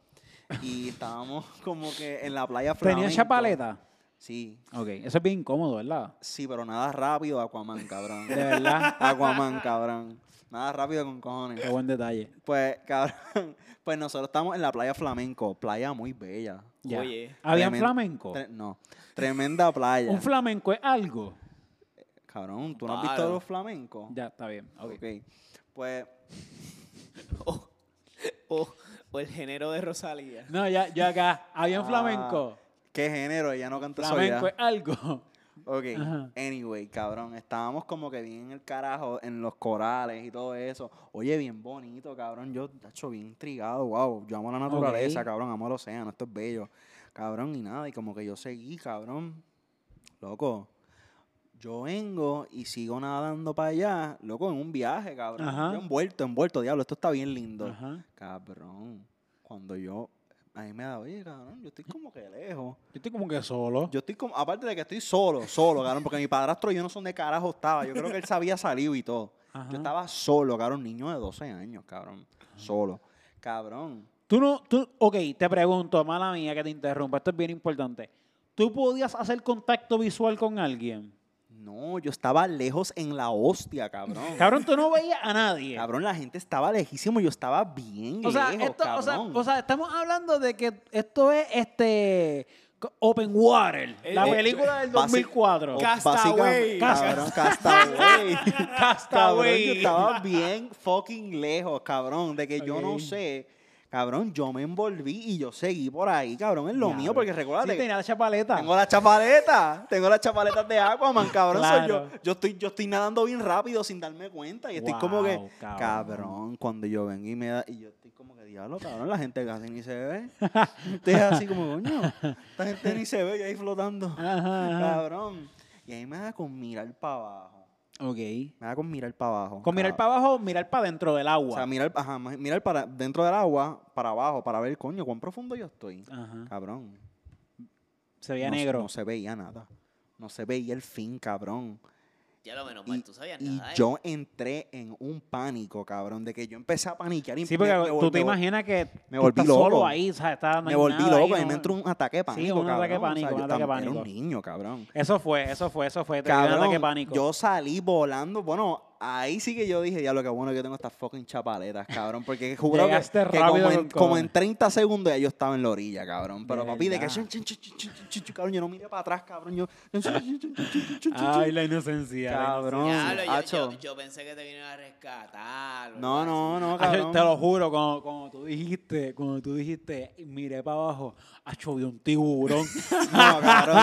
Y estábamos como que en la playa ¿Tenías flamenco. chapaleta? Sí, Ok, eso es bien incómodo, ¿verdad? sí, pero nada rápido, Aquaman, cabrón. De verdad, Aquaman, cabrón. Nada rápido con cojones. qué buen detalle. Pues, cabrón, pues nosotros estamos en la playa flamenco, playa muy bella. Ya. Oye. ¿Había un Tremen- flamenco? tre- no, tremenda playa. ¿Un flamenco es algo? Cabrón, ¿tú no has visto Claro. los flamencos? Ya, está bien. ok. Ok. Pues, O, o- o el género de Rosalía. No, ya, yo acá. ¿Había un Ah, flamenco? ¿qué género? Ella no canta ¿Flamenco soledad. es algo? Ok, Ajá. anyway, cabrón, estábamos como que bien en el carajo, en los corales y todo eso. Oye, bien bonito, cabrón, yo, hecho bien intrigado, wow, yo amo la naturaleza, Ok. cabrón, amo el océano, esto es bello, cabrón, y nada, y como que yo seguí, cabrón, loco, yo vengo y sigo nadando para allá, loco, en un viaje, cabrón, Ajá. yo envuelto, envuelto, diablo, esto está bien lindo. Ajá. Cabrón, cuando yo, a mí me da, oye, cabrón, yo estoy como que lejos. Yo estoy como que solo. Yo estoy como, aparte de que estoy solo, solo, cabrón, porque mi padrastro y yo no son de carajo estaba. Yo creo que él sabía salir y todo. Ajá. Yo estaba solo, cabrón, niño de 12 años, cabrón. Solo. Cabrón. Tú no, tú, ok, te pregunto, mala mía que te interrumpa, esto es bien importante. ¿Tú podías hacer contacto visual con alguien? No, yo estaba lejos en la hostia, cabrón. Cabrón, tú no veías a nadie. Cabrón, la gente estaba lejísimo, yo estaba bien O sea, lejos, esto, o, sea, cabrón. o sea, estamos hablando de que esto es este co- Open Water, Eh, la eh, película del Basi- 2004. o Castaway. básicamente- Cabrón, Castaway. Cabrón, yo Castaway. estaba bien fucking lejos, cabrón, de que yo no Ok. sé. Cabrón, yo me envolví y yo seguí por ahí, cabrón, en lo mío, porque recuérdate. Sí, tenía la chapaleta. Tengo las chapaletas, tengo las chapaletas de Aquaman, cabrón. soy Claro. yo, yo estoy, yo estoy nadando bien rápido sin darme cuenta. Y estoy como que, Wow, cabrón. cabrón. cuando yo vengo y me da, y yo estoy como que, diablo, cabrón, la gente casi ni se ve. Entonces así como, coño, esta gente ni se ve, yo ahí flotando. Ah, Ajá, ajá. Cabrón. Y ahí me da con mirar para abajo. Ok. Me da con mirar para abajo. Con mirar para abajo, mirar para dentro del O sea, agua. mirar, ajá, mirar para dentro del agua, para abajo, para ver, coño, cuán profundo yo estoy. Ajá. Cabrón. Se veía no, se- negro. No se veía nada. No se veía el fin, cabrón. Ya lo menos mal, Y, tú sabías y nada. ¿eh? yo entré en un pánico, cabrón, de que yo empecé a paniquear. Y Sí, me- porque me tú te volví- imaginas que me tú volví estás loco. solo ahí, o sea, está- no Me hay volví nada ahí, loco, a mí no- me entró un ataque de pánico, un ataque de cabrón. pánico, yo un ataque de tam- Era un pánico. niño, cabrón. Eso fue, eso fue, eso fue. Te dio un Cabrón, ataque pánico. yo salí volando. Bueno, ahí sí que yo dije, ya lo que bueno que yo tengo estas fucking chapaletas, cabrón. Porque juro Llegaste que, que rápido como, con en, como en cojones. 30 segundos ya yo estaba en la orilla, cabrón. Pero De papi, de que... verdad. chun, chun, chun, chun, chun, chun, chun, Cabrón, yo no miré para atrás, cabrón. Yo... chun, chun, chun, chun, chun, chun, chun, Ay, la inocencia. la Cabrón. Ya lo- yo- Hacho. yo, yo pensé que te vinieron a rescatar. o No, algo no, no, Acho, cabrón. te lo juro, cuando, cuando tú dijiste, cuando tú dijiste, miré para abajo, acho, vi un tiburón. No, cabrón.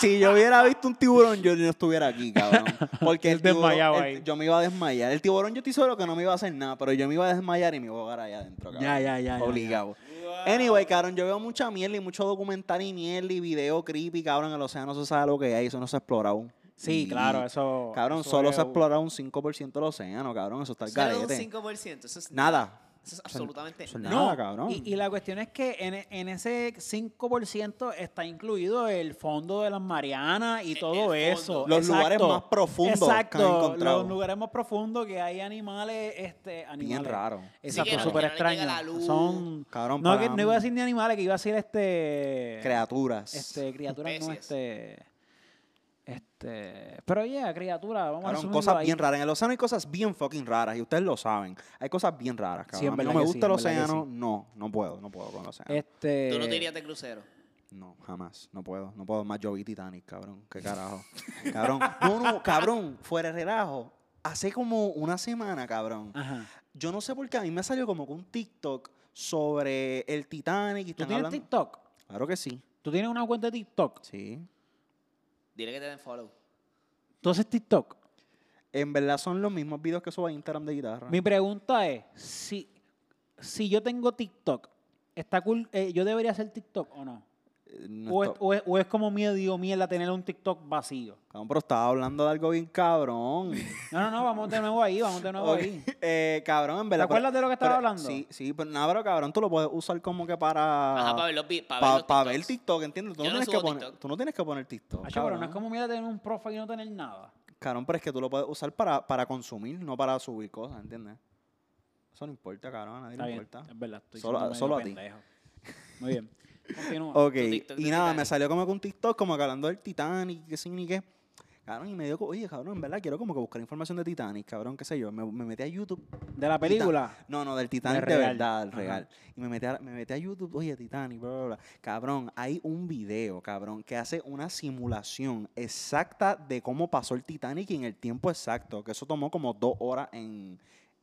Si yo hubiera visto un tiburón, yo no estuviera aquí, cabrón. Porque el Él desmayado tiburón- ahí. el- yo me iba a desmayar. El tiburón yo estoy seguro que no me iba a hacer nada, pero yo me iba a desmayar y me iba a ahogar allá adentro, cabrón. Ya, ya, ya, ya, Obligado. Wow. Anyway, cabrón, yo veo mucha mierda y mucho documental y mierda y video creepy, cabrón. El océano se sabe lo que hay, eso no se ha explorado aún. sí, Y, claro, eso. Cabrón, eso solo es- se ha explorado un 5% del océano, cabrón. Eso está el Solo un garete. 5%. Eso es Nada. Eso es absolutamente Eso es nada. nada, No, cabrón. Y, y la cuestión es que en, e- en ese 5% está incluido el fondo de las Marianas y E- todo el eso. fondo. Los lugares más profundos que han Exacto, encontrado. los lugares más profundos que hay animales, este, animales. Bien raro. Exacto, que no- súper que no le llega la extraño. luz. Son, Cabrón, no, para que, no iba a decir ni animales, que iba a decir este... Criaturas. Este, criaturas no, Especies. este... Este... Pero ya, criatura, vamos a Cabrón, resumirlo cosas ahí. bien raras. En el océano hay cosas bien fucking raras y ustedes lo saben. Hay cosas bien raras, cabrón. Sí, en A mí no verdad me que sí, gusta el en verdad que océano. No, no puedo, no puedo con el océano. Este... Tú no te irías de crucero. No, jamás, no puedo, no puedo más. Yo vi Titanic, cabrón. ¿Qué carajo? cabrón. No, no, cabrón, fuera de relajo. Hace como una semana, cabrón. Ajá. Yo no sé por qué a mí me salió como que un TikTok sobre el Titanic y ¿Tú están tienes hablando. TikTok? Claro que sí. ¿Tú tienes una cuenta de TikTok? Sí. Dile que te den follow. ¿Tú haces TikTok? En verdad son los mismos videos que subo a Instagram de guitarra. Mi pregunta es, si, si yo tengo TikTok, ¿está cool, eh, ¿yo debería hacer TikTok o no? Eh, no o, es, está- o es- o es como miedo, mierda, tener un TikTok vacío? Cabrón, pero estaba hablando de algo bien cabrón. No, no, no, vamos de nuevo ahí, vamos de nuevo Ok. ahí. Eh, cabrón, en verdad. ¿Te acuerdas de lo que estaba hablando? Sí, sí, pero nada, pero cabrón, tú lo puedes usar como que para. Ajá, para ver los vi- para ver los Ah, pa- pa ver TikToks. TikTok, ¿entiendes? Tú no, Yo no tienes que subo poner, TikTok. tú no tienes que poner Acho, TikTok. Ah, pero cabrón. no es como mierda tener un profe y no tener nada. Cabrón, pero es que tú lo puedes usar para, para consumir, no para subir cosas, ¿entiendes? Eso no importa, cabrón, a nadie Está le bien, importa. es verdad. Estoy Solo- siendo medio solo a ti. pendejo. Muy bien, continúa. Ok, Tu TikTok y de nada, me Titanic. salió como que un TikTok, como que hablando del Titanic, qué sé ni qué. Cabrón, y me dio, co- oye, cabrón, en verdad quiero como que buscar información de Titanic, cabrón, qué sé yo. Me, me metí a YouTube. De la película, No, no, del Titanic de real. verdad, del Ajá. real. Y me metí, a, me metí a YouTube, oye, Titanic, bla, bla, bla. Cabrón, hay un video, cabrón, que hace una simulación exacta de cómo pasó el Titanic y en el tiempo exacto, que eso tomó como dos horas en,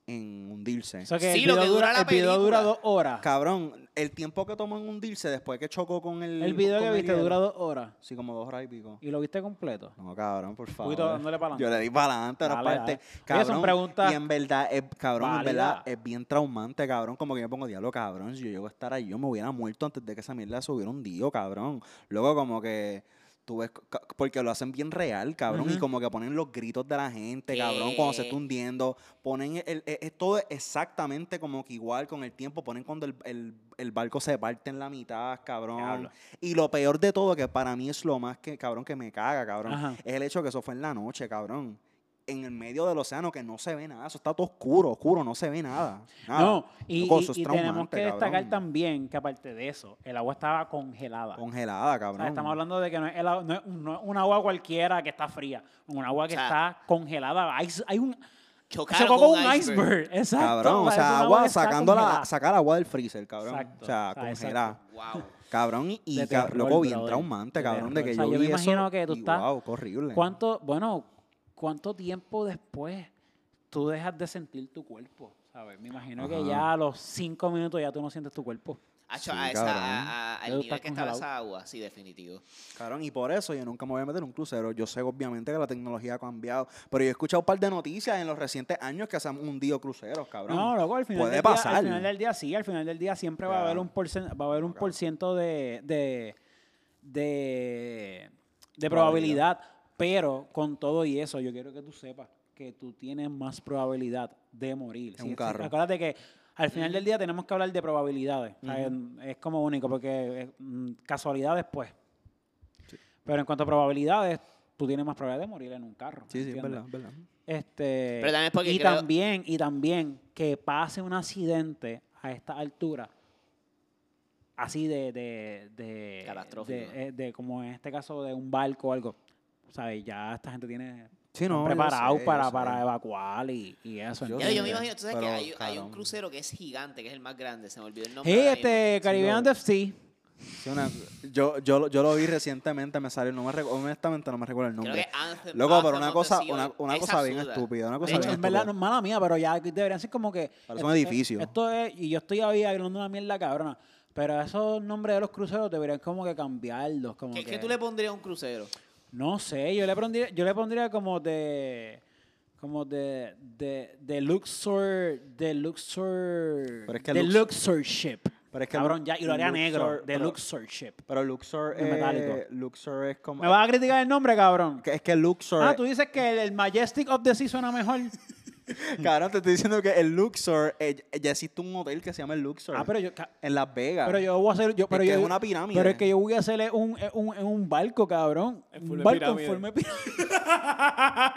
en hundirse. O sea que el Sí, lo que video dura la el video película. dura dos horas. Cabrón, el tiempo que tomó en hundirse después que chocó con el. El video con que el viste hielo. dura dos horas. Sí, como dos horas y pico. Y lo viste completo. No, cabrón, por favor. Fuiste dándole para Yo le di para adelante, era Dale, parte. dale. Oye, son Cabrón, preguntas y en verdad, es, cabrón, en válidas. verdad, es bien traumante, cabrón. Como que yo me pongo diablo, cabrón. Si yo llego a estar ahí, yo me hubiera muerto antes de que esa mierda se hubiera hundido, cabrón. Luego, como que tú ves, ca- porque lo hacen bien real, cabrón. Y Ujú. Eh. como que ponen los gritos de la gente, cabrón, cuando se está ¿Qué? hundiendo. Ponen el, el- es todo exactamente como que igual con el tiempo. Ponen cuando el, el- el barco se parte en la mitad, cabrón. Diablo. Y lo peor de todo, que para mí es lo más que, cabrón, que me caga, cabrón, Ajá. es el hecho que eso fue en la noche, cabrón. En el medio del océano que no se ve nada. Eso está todo oscuro, oscuro, no se ve nada. nada. No, y, Loco, y- eso es y tenemos traumante, que destacar cabrón. también que aparte de eso, el agua estaba congelada. Congelada, O cabrón. sea, estamos hablando de que no es, el agua- no es un- no es un agua cualquiera que está fría, un agua que O sea, está congelada. Hay, hay un, se Chocaron tocó con un iceberg. Exacto. Cabrón, o es un sea, que agua está sacando la, congelada. sacar agua del freezer, cabrón. Exacto, O sea, o sea, congelada. Wow. Cabrón, y, y De ca- terror, loco, bien brother, traumante, de cabrón, de terror. que O sea, yo yo vi me imagino eso. que tú y, estás- Wow, qué horrible. ¿Cuánto, bueno, cuánto tiempo después tú dejas de sentir tu cuerpo? ¿Sabes? Me imagino que Ajá. ya a los cinco minutos ya tú no sientes tu cuerpo. Acho, Sí, a esa, cabrón. a- a- al Eso nivel está que estaba congelado. esa agua, sí, definitivo. Cabrón, y por eso yo nunca me voy a meter en un crucero. Yo sé obviamente que la tecnología ha cambiado, pero yo he escuchado un par de noticias en los recientes años que se han hundido cruceros, cabrón. No, luego al final, Puede del Día, pasar. al final del día sí, al final del día siempre va a haber Claro. un porcentaje, va a haber un Claro. por ciento de, de, de, de Probabilidad. probabilidad, pero con todo y eso yo quiero que tú sepas que tú tienes más probabilidad de morir. En un carro. Acuérdate que al final del día tenemos que hablar de probabilidades. o sea, Ujú. Es como único, porque eh, mm, casualidades pues. Pero en cuanto a probabilidades, tú tienes más probabilidad de morir en un carro. sí, sí, es ¿entiendes? verdad, es verdad. Este, Pero también es porque y creo- también, y también que pase un accidente a esta altura, así de, de, de Catastrófico. de- eh, de como en este caso de un barco o algo. ¿Sabes? Ya esta gente tiene Sí, están no, yo preparado sé, para, yo para sé. evacuar y, y eso. Yo Ya, ¿entiendes? yo sé, me imagino, tú sabes que pero, hay, hay un cabrón. crucero que es gigante, que es el más grande, se me olvidó el nombre. Hey, ahora mismo. este Caribbean no. FC. Sí, una- yo, yo, lo- yo lo vi recientemente, me salió, no me recu- honestamente no me recuerdo el Creo que nombre. Anthem- Loco, pero Anthem of una the cosa, Sea, una, una esa cosa bien suda. estúpida, una cosa De hecho, bien Pues, en verdad, no estúpida. es mala mía, pero ya deberían ser como que. Parece un esto- edificio. Esto es, y yo estoy ahí hablando una mierda cabrona. Pero esos nombres de los cruceros deberían como que cambiarlos. Como ¿Qué, que, qué tú le pondrías a un crucero? No sé, yo le pondría, yo le pondría como de. Como de. de, de Luxor. De Luxor. Pero es que de Lux- Luxor Ship. Pero es que Cabrón, Lu- ya, y lo haría Luxor- negro. De pero- Luxor Ship. Pero Luxor, De eh, metálico. Luxor es como... ¿Me vas a criticar el nombre, cabrón? que- Es que Luxor... Ah, tú dices que el, el Majestic of the Sea suena mejor. Cabrón, te estoy diciendo que el Luxor, eh, ya existe un hotel que se llama el Luxor. Ah, pero yo. ca- En Las Vegas. Pero yo voy a hacer. Yo, pero que yo- es una pirámide. Pero es que yo voy a hacerle un, eh, un, en un barco, cabrón. En un forma de barco pirámide. en forma de pirámide.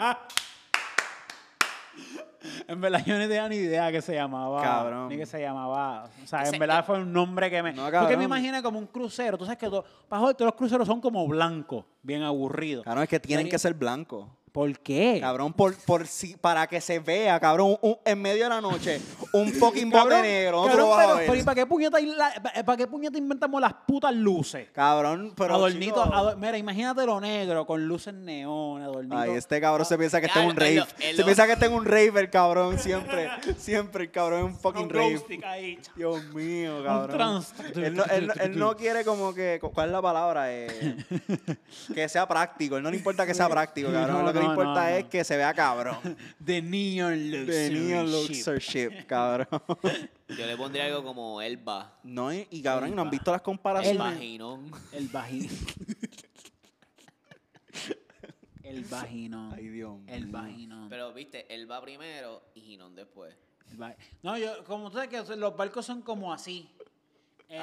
en verdad, yo no tenía ni idea que se llamaba. Cabrón. Ni que se llamaba. O sea, Ese- en verdad fue un nombre que me. No, porque cabrón. me imaginé como un crucero. Tú sabes que to- Pajo, todos los cruceros son como blancos, bien aburridos. Cabrón, es que tienen Sería- que ser blancos. ¿Por qué? Cabrón, por, por si, para que se vea, cabrón, un- en medio de la noche, un fucking bote Cabrón, negro. no te cabrón, lo vas a pero, ver. pero ¿y para qué puñeta, hay la- pa- para qué puñeta inventamos las putas luces? Cabrón, pero. adornito, chico, ador- mira, imagínate lo negro con luces neón, adornito. Ay, este cabrón se piensa que está en un Claro, rave. el lo- el se lo- piensa que está en un rave, el cabrón, siempre. siempre el cabrón es un Con fucking rave. glowstick ahí. Dios mío, cabrón. trans. Él no, él no- él no quiere como que. ¿Cuál es la palabra? Eh, que sea práctico. Él no le importa que sea práctico, cabrón. No, lo que le no, importa no, es no. que se vea cabrón. The Neon Luxury The Neon Ship. Luxor Ship, cabrón. Yo le pondría algo como Elba. No, y, y cabrón, ¿no han visto El las El- comparaciones? vaginón. El vagino. el vagino. Ay, Dios mío. El vagino. Pero viste, Elba primero y Ginón después. El va- No, yo, como tú sabes que los barcos son como así. El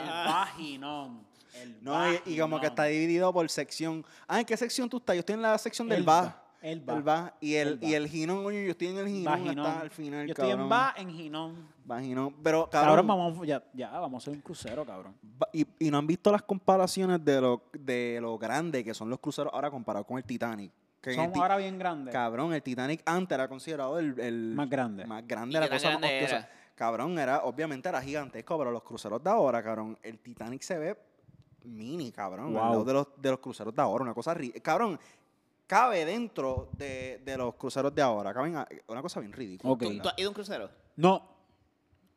vaginón. El No, y, y como vaginón. que está dividido por sección. Ah, ¿en qué sección tú estás? Yo estoy en la sección del El va. ba- el ba. ba. Y el, El ba. y el ginón, coño, yo estoy en el ginón Vaginón. hasta al final, Yo estoy cabrón. en va, en ginón. Vaginón. Pero, cabrón, Cabrón, vamos, ya, ya, vamos a hacer un crucero, cabrón. va- y, y no han visto las comparaciones de lo, de lo grande que son los cruceros ahora comparado con el Titanic. Que en el Son Ti- ahora bien grandes. Cabrón, el Titanic antes era considerado el, el Más grande. Más ¿Y grande, qué la tan cosa más grande hostiosa. era? Cabrón, era, obviamente era gigantesco, pero los cruceros de ahora, cabrón, el Titanic se ve mini, cabrón. al Wow. lado de los, de los cruceros de ahora, una cosa ri- Cabrón, cabe dentro de, de los cruceros de ahora. Caben a- una cosa bien ridícula. Ok. ¿Tú, tú has ido a un crucero? No.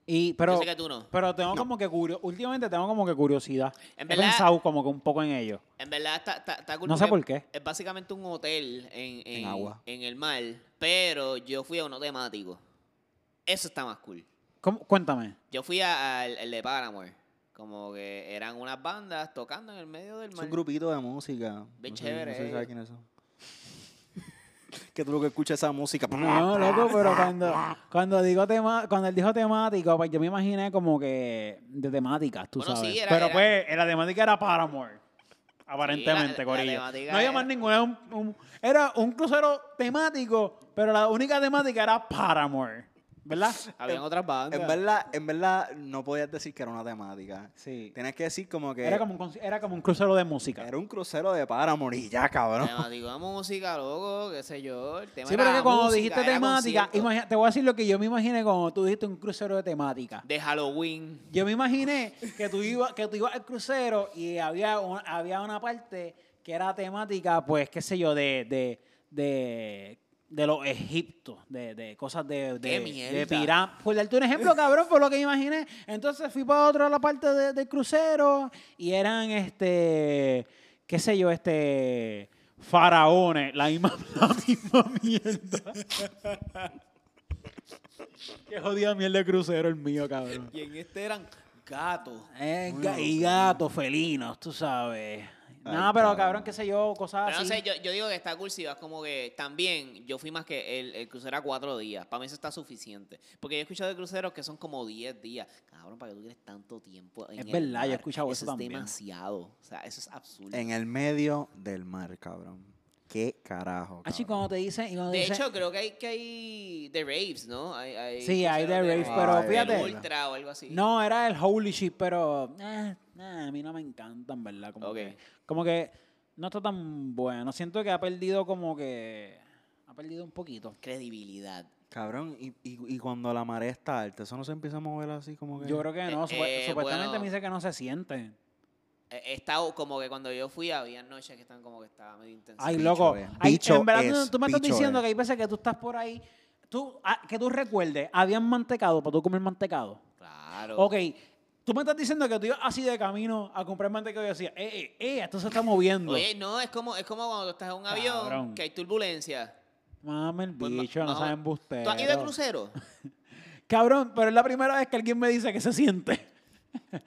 Y, pero, Yo sé que tú no. pero tengo como que curio- últimamente tengo como que curiosidad. En He verdad- pensado como que un poco en ello. En verdad está, está, está cool No sé porque por qué. Es básicamente un hotel en, en, En agua. en el mar, pero yo fui a uno temático. Eso está más cool. ¿Cómo? Cuéntame. Yo fui a- al el de Paramore. Como que eran unas bandas tocando en el medio del Es mar. un grupito de música. Bien no sé- chévere, no sé si eh. sabes quiénes son. que tú lo que escuchas esa música. No, loco, pero cuando, cuando, digo tema, cuando él dijo temático, pues yo me imaginé como que de temáticas, tú Bueno, sabes. sí, era- pero era- pues, la temática era Paramore. Aparentemente, la Corillo. temática No había era- más ninguna. era un- un- era un crucero temático, pero la única temática era Paramore. ¿Verdad? Habían otras bandas. En verdad, en verdad, no podías decir que era una temática. Sí. Tienes que decir como que Era como, un, conci- era como un crucero de música. era un crucero de Paramore y ya, cabrón. Temático de música, loco, qué sé yo. El tema Sí, pero era que cuando música, dijiste era temática, concierto. imagina- te voy a decir lo que yo me imaginé cuando tú dijiste un crucero de temática. De Halloween. Yo me imaginé que tú ibas que tú ibas al crucero y había un- había una parte que era temática, pues qué sé yo, de de de, de los egiptos, de, de cosas de de, ¡Qué de mierda! pirámides. Por darte un ejemplo, cabrón, por lo que imaginé. Entonces fui para otra la parte de- del crucero y eran este qué sé yo, este faraones, la misma la misma mierda. Qué jodida mierda de crucero el mío, cabrón. Y en este eran gatos. Eh, ga- y gatos, felinos, tú sabes. no, Ay, pero cabrón. cabrón, qué sé yo, cosas Pero no así. sé, yo, yo digo que está cool si vas como que también yo fui más que el, el crucero a cuatro días. Para mí eso está suficiente. Porque yo he escuchado de cruceros que son como diez días. Cabrón, ¿para que tú quieres tanto tiempo? En Es el verdad, yo he mar? escuchado eso es también. demasiado. O sea, eso es absurdo. En el medio del mar, cabrón. ¿Qué carajo? Así cabrón? Ah, cuando te dicen, y cuando de dicen- hecho, creo que hay, que hay The Raves, ¿no? Hay, hay Sí, hay The cruceros Raves, pero del fíjate- Ultra o algo así. no, era el holy shit, pero eh, nah, a mí no me encantan, ¿verdad? Como, Ok. que, como que no está tan bueno. Siento que ha perdido como que, ha perdido un poquito. Credibilidad. Cabrón, y, y- y cuando la marea está alta, eso no se empieza a mover así como que. Yo creo que no, Eh, supu- eh, supuestamente bueno. me dice que no se sienten. Eh, He estado como que cuando yo fui había noches que estaban como que estaba medio intensas. Ay, Bicho loco. es, Ay, bicho en verdad, tú- es, tú me estás bicho eh. diciendo es. que hay veces que tú estás por ahí. Tú, ah, que tú recuerdes, habían mantecado para tú comer mantecado. Claro. Ok, tú me estás diciendo que tú ibas así de camino a comprar mantecado y decías, eh, eh, eh, esto se está moviendo. Oye, no, es como, es como cuando tú estás en un avión Cabrón. que hay turbulencia. Mame el Pues ma- bicho, no más o saben menos. bustero. ¿Tú has ido de crucero? Cabrón, pero es la primera vez que alguien me dice que se siente.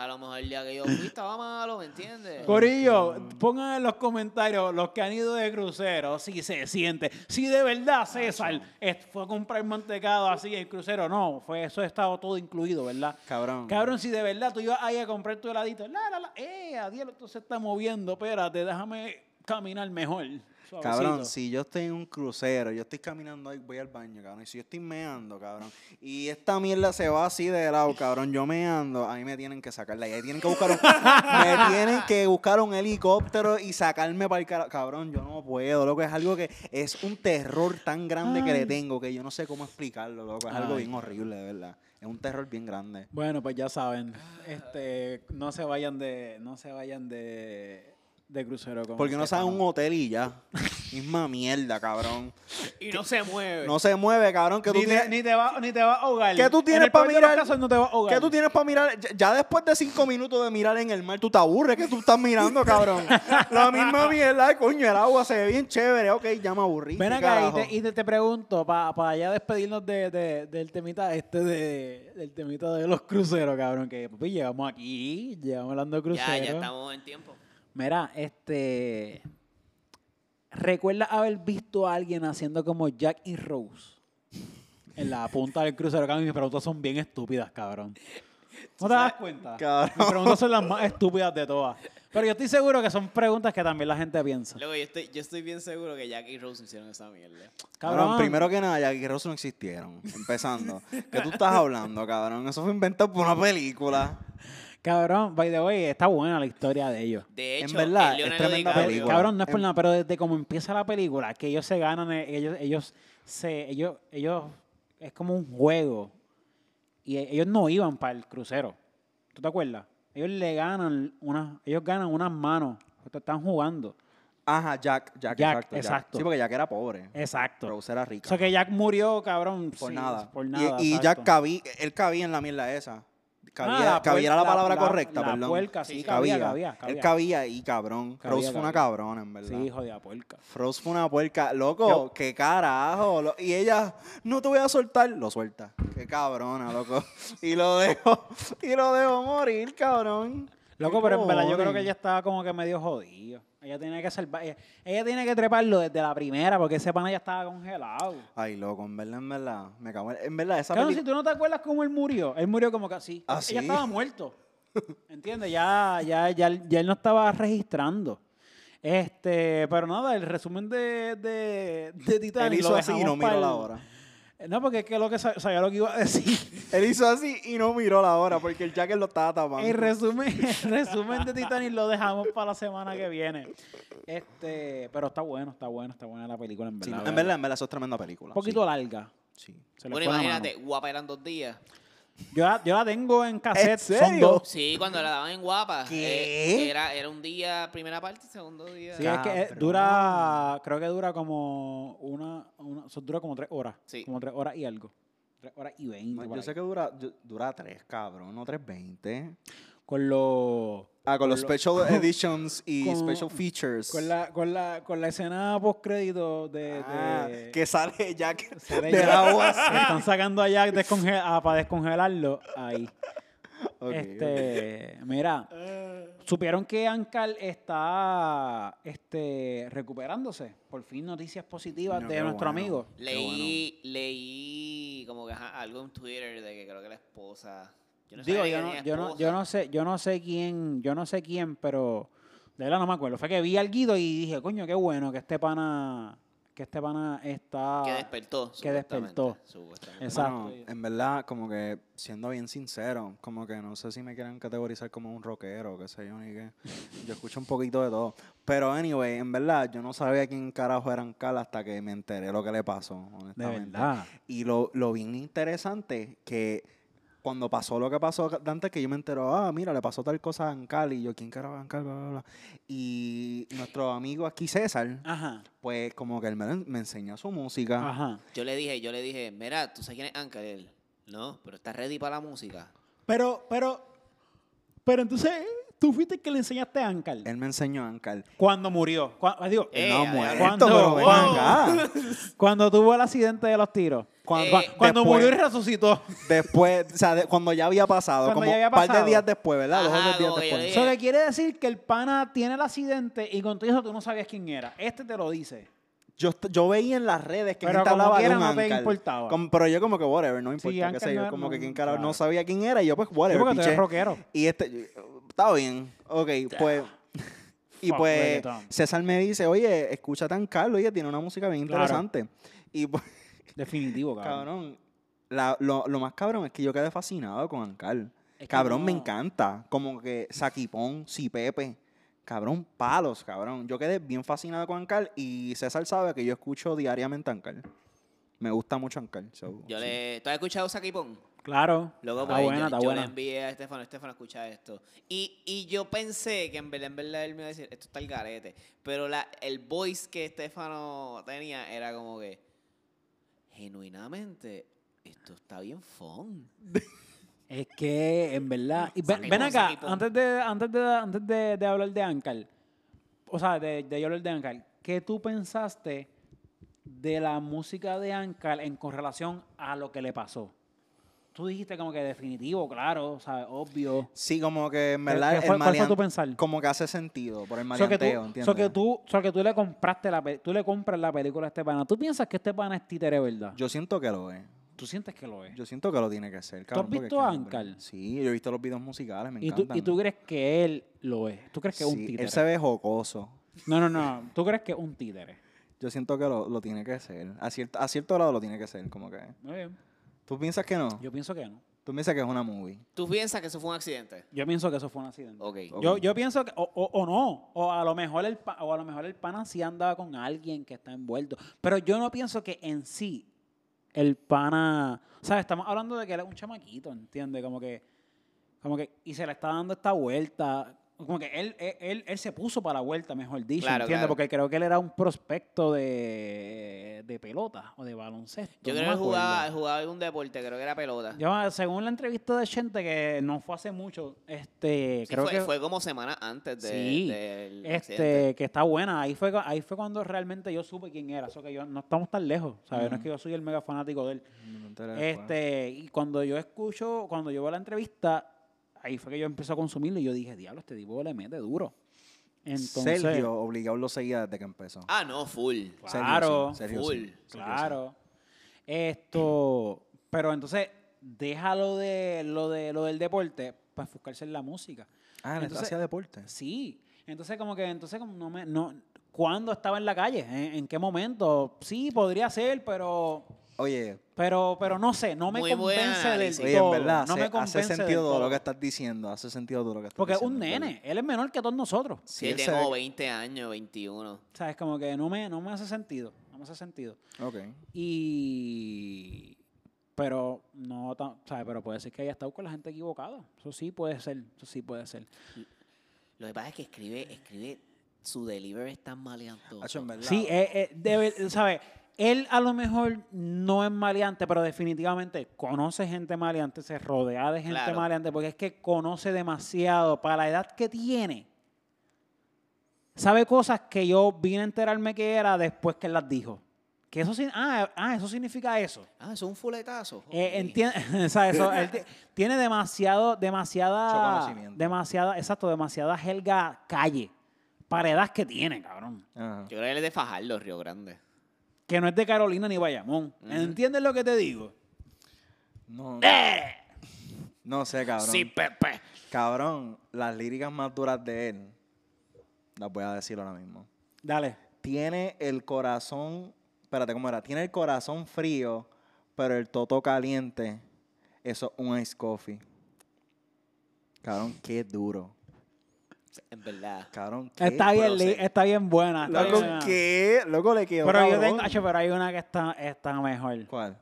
A lo mejor el día que yo fui estaba malo, ¿me entiendes? Corillo, pongan en los comentarios los que han ido de crucero, si se siente. Si de verdad César eh, fue a comprar mantecado así en crucero, no, fue eso estaba todo incluido, ¿verdad? Cabrón. Cabrón, si de verdad tú ibas ahí a comprar tu heladito, la, la, la, eh, a diablo, esto se está moviendo, espérate, déjame caminar mejor. suavecito. Cabrón, si yo estoy en un crucero, yo estoy caminando ahí, voy al baño, cabrón. Y si yo estoy meando, cabrón, y esta mierda se va así de lado, cabrón, yo meando, a mí me tienen que sacarla. Y ahí tienen que buscar un, me tienen que buscar un helicóptero y sacarme para el carajo. Cabrón, yo no puedo, loco. Es algo que es un terror tan grande que le tengo que yo no sé cómo explicarlo, loco. Es algo Ay. bien horrible, de verdad. Es un terror bien grande. Bueno, pues ya saben, este, no se vayan de, no se vayan de, de crucero. con Porque no sabe Stefano. un hotel y ya. Misma mierda, cabrón. Y no se mueve. No se mueve, cabrón, que tú Ni te, tienes... ni te va, ni te va a ahogar. ¿Qué tú En tienes el peor pa' de los mirar? casos no te va a ahogar. ¿Qué tú tienes para mirar? Ya- Ya después de cinco minutos de mirar en el mar, tú te aburres que tú estás mirando, cabrón. La misma mierda, ay, coño, el agua se ve bien chévere. Ok, ya me aburrí. Ven ¿qué acá y carajo? te, y te- te pregunto, para ya despedirnos de, de- del temita este de, del temita de los cruceros, cabrón, que papi, llevamos aquí, llevamos hablando de cruceros. Ya, ya estamos en tiempo. Mira, este recuerda haber visto a alguien haciendo como Jack y Rose en la punta del crucero, cabrón, y mis preguntas son bien estúpidas, cabrón. ¿No te das cuenta? Cabrón. Mis preguntas son las más estúpidas de todas. Pero yo estoy seguro que son preguntas que también la gente piensa. Luego, yo estoy, yo estoy bien seguro que Jack y Rose hicieron esa mierda. Cabrón, primero que nada, Jackie Rose no existieron. Empezando. ¿Qué tú estás hablando, cabrón? Eso fue inventado por una película. Cabrón, by the way, está buena la historia de ellos. De En hecho, verdad, el es Leonardo tremenda DiCaprio- película. Cabrón, no es por Em- nada, pero desde cómo empieza la película, que ellos se ganan, eh, ellos, ellos se, ellos, ellos, es como un juego. Y e- ellos no iban para el crucero. ¿Tú te acuerdas? Ellos le ganan unas, ellos ganan unas manos. porque Están jugando. Ajá, Jack, Jack, Jack, exacto, Jack. exacto. Sí, porque Jack era pobre. Exacto. O Rose era rica. sea, que Jack murió, cabrón. por sí, nada. Por Y- nada. y Jack exacto. cabía, él cabía en la mierda esa. Cabía, Ah, la cabía era la puer- palabra la- correcta, la perdón. puerca, sí, cabía, cabía, Él cabía. cabía y cabrón. Cabía, Rose fue una cabía. cabrona, en verdad. Sí, hijo de la puerca. Rose fue una puerca. Loco, Yo- qué carajo. lo- y ella, no te voy a soltar. Lo suelta. Qué cabrona, loco. y lo dejo, y lo dejo morir, cabrón. Loco, Qué pero en verdad yo creo cojones. que ella estaba como que medio jodido. Ella tenía que salvar. Ella, ella tenía que treparlo desde la primera porque ese pana ya estaba congelado. Ay, loco, en verdad, en verdad. Me cago en, en verdad, esa Claro, peli- si tú no te acuerdas cómo él murió, él murió como que así. ¿Ah, ella sí? estaba muerto. ¿Entiendes? Ya, ya, ya, él- ya él no estaba registrando. Este, pero nada, el resumen de, de, de Titanic. Él lo hizo así y dejamos no miró pa'l- la hora. No, porque es que lo que sa- sabía lo que iba a decir. Él hizo así y no miró la hora porque el jacket lo estaba tapando. El resumen, el resumen de Titanic lo dejamos para la semana que viene. Este, pero está bueno, está bueno, está buena la película, en Sí, verdad. en verdad, en verdad, eso es tremenda película. Un poquito larga. Sí. sí. se le Bueno, fue la imagínate, mano. guapa eran dos días. Yo la, yo la tengo en cassette. ¿En Son serio? dos. Sí, cuando la daban en guapa. ¿Qué? eh, era, era un día, primera parte, segundo día. Sí, es que eh, Cabrón. dura, creo que dura como una, una son- dura como tres horas. Sí. Como tres horas y algo. Tres horas y veinte. No, yo sé que dura, yo- dura 3, cabrón, no 3.20. Con los... Ah, con los Con lo- special editions y con- special features. Con la, con la, con la escena post crédito de, Ah, de- que sale Jack Sale del Jack. agua. que están sacando a Jack desconge- ah, para descongelarlo. Ahí. Ok, ok. este, mira, supieron que Ankar está este, recuperándose. Por fin noticias positivas No, de qué nuestro bueno. amigo. Qué Leí, leí como que ajá, algo en Twitter de que creo que la esposa. Yo no Digo, sabía yo que no, tenía yo no, esposa. yo no sé, yo no sé quién, yo no sé quién, pero de verdad no me acuerdo. Fue que vi al Guido y dije, coño, qué bueno que este pana, que este pana está. Que despertó. que despertó. supuestamente, supuestamente. Exacto. Bueno, en verdad, como que siendo bien sincero, como que no sé si me quieran categorizar como un rockero, qué sé yo, ni qué. Yo escucho un poquito de todo. Pero, anyway, en verdad, yo no sabía quién carajo era Ankal hasta que me enteré lo que le pasó, de honestamente. verdad. Y lo, lo bien interesante que cuando pasó lo que pasó antes que yo me enteró, ah, mira, le pasó tal cosa a Ankal y yo, ¿quién carajo es Ankal? Bla, bla, bla. Y nuestro amigo aquí, César, Ajá, pues como que él me, me enseñó su música. ajá. Yo le dije, yo le dije, mira, tú sabes quién es Anka, Y él, No, pero estás ready para la música. Pero, pero, pero entonces, tú fuiste el que le enseñaste a Ankar. Él me enseñó a Ankal. Cuando murió. Cua- ah, digo, Eh, no ay, muerto, ¿cuándo? pero ven Wow. acá. Cuando tuvo el accidente de los tiros. Cuan- Eh, Cua- cuando después- murió y resucitó. Después, o sea, de- cuando ya había pasado, Cuando como ya un había par de pasado. días después, ¿verdad? Dos o Ajá, tres días como que yo después. le Eso que quiere decir que el pana tiene el accidente y con todo eso tú no sabías quién era. Este te lo dice. Yo, est- yo veía en las redes que Pero gente como hablaba de quiera un no te Ankal. importaba. Como- pero yo como que whatever, no me Sí, importa, qué Ankal sé yo, no- como que no- quién carajo, claro. no sabía quién era y yo pues Sí, whatever, porque tú eres piché. rockero. Y este, está bien, ok, pues... Y Fuck pues reggaeton. César me dice, oye, escucha tan Carlos, oye, tiene una música bien Claro. interesante. Y pues, Definitivo, cabrón. cabrón, la- lo, lo más cabrón es que yo quedé fascinado con Ancal. Es que Cabrón, me no. encanta. Como que Saquipón, Si Pepe. Cabrón, palos, cabrón. Yo quedé bien fascinado con Ancal y César sabe que yo escucho diariamente a Ancal. Me gusta mucho Ancal. so, Yo sí. le. ¿Tú has escuchado Saquipón? Claro. Luego, está pues, buena, yo, está yo buena. le envié a Estefano, Estefano, escucha esto. Y, y yo pensé que en verdad, en verdad, él me iba a decir, esto está el garete. Pero la, el voice que Estefano tenía era como que, genuinamente, esto está bien fun. Es que, en verdad. y ve- Saquipón, ven, acá, saquipón. antes de, antes de, antes de, de hablar de Ankar, o sea, de, de yo hablar de Ankar, ¿qué tú pensaste de la música de Ankar en correlación a lo que le pasó? Tú dijiste como que definitivo, claro, o sea, obvio. Sí, como que en ¿Qué- verdad qué el fue- cuál fue malean- tu pensar? Como que hace sentido por el O sea, que tú, maleanteo, o sea, ¿entiendes? que tú, o sea, que tú le compraste la, pe- tú le compras la película a este pana. ¿Tú piensas que este pana es títere, verdad? Yo siento que lo es. tú sientes que lo es. Yo siento que lo tiene que ser, has cabrón. porque es visto que, a hombre, Ankal? Sí, yo he visto los videos musicales, me ¿Y tú, encantan. y tú crees que él lo es. ¿Tú crees que es un Sí, títere? él se ve jocoso. No, no, no. ¿Tú crees que es un títere? Yo siento que lo, lo tiene que ser. A cierto, a cierto lado lo tiene que ser, como que. Muy bien. ¿Tú piensas que no? Yo pienso que no. ¿Tú piensas que es una movie? ¿Tú piensas que eso fue un accidente? Yo pienso que eso fue un accidente. Ok. Ok. Yo, yo pienso que, o, o- o no, o a lo mejor el pa- o a lo mejor el pana sí andaba con alguien que está envuelto. Pero yo no pienso que en sí el pana. O sea, estamos hablando de que él es un chamaquito, ¿entiendes? Como que. Como que. Y se le está dando esta vuelta. Como que él, él, él, él se puso para la vuelta, mejor dicho, Claro, ¿entiendes? claro. Porque creo que él era un prospecto de, de pelota o de baloncesto. Yo no creo me que él jugaba, acuerdo. jugaba algún deporte, creo que era pelota. Yo, según la entrevista de gente que no fue hace mucho, este, Sí, creo fue, que fue como semana antes de, Sí, del accidente. este, que está buena. Ahí fue, ahí fue cuando realmente yo supe quién era. Eso que yo no estamos tan lejos, ¿sabes? No es que yo soy el mega fanático de él. pues, Este, y cuando yo escucho, cuando yo veo la entrevista, ahí fue que yo empecé a consumirlo y yo dije, diablo, este tipo le mete duro. Entonces, Sergio obligado lo seguía desde que empezó. Ah, no, full. Sergio, claro, sí, Sergio, full, sí, Ah, Sergio, sí. claro. Esto, pero entonces, déjalo de lo de lo del deporte para enfocarse en la música. Ah, Entonces- entonces, hacía deportes. Sí. Entonces, como que, entonces, como no me, no, ¿cuándo estaba en la calle? ¿En, en qué momento? Sí, podría ser, pero, Oye, pero, pero no sé, no me Muy buen convence del análisis. todo. Sí, oye, en verdad, no hace, me convence hace del sentido todo todo. lo que estás diciendo. Hace sentido todo lo que estás Porque es un diciendo, en nene, él es menor que todos nosotros. Sí, Sí, él él se tiene como ve- 20 años, 21. O sea, es como que no me, no me hace sentido, no me hace sentido. verdad. Ok. Y... Pero no, tan- o sea, pero puede ser que haya estado con la gente equivocada. Eso sí puede ser, eso sí puede ser. Lo que pasa es que escribe, escribe, su delivery es tan maleantoso. Hacho, en verdad. Sí, eh, eh, debe, ¿sabes? Él a lo mejor no es maleante, pero definitivamente conoce gente maleante, se rodea de gente Claro. maleante, porque es que conoce demasiado para la edad que tiene. Sabe cosas que yo vine a enterarme que era después que él las dijo. Que eso, sin- ah, ah, eso significa eso. Ah, es un fuletazo. Eh, Ok. entien- o sea, eso, él ti- tiene demasiado, Mucho demasiada, conocimiento. demasiada, exacto, demasiada helga calle para edad que tiene, cabrón Ajá. Yo creo que él es de Fajardo, Río Grande. que no es de Carolina ni Bayamón. ¿Entiendes lo que te digo? No, ¡Eh! no sé, cabrón. Sí, Pepe. Cabrón, las líricas más duras de él, las voy a decir ahora mismo. Dale. Tiene el corazón, espérate, ¿cómo era? Tiene el corazón frío, pero el toto caliente, eso es un ice coffee. Cabrón, qué duro. En verdad. Cabrón, qué Está bien, li- proceso. está bien buena. está bien Loco, buena. ¿qué? Loco, le quedó Pero yo cabrón. tengo, Acho, pero hay una que está, está mejor. ¿Cuál?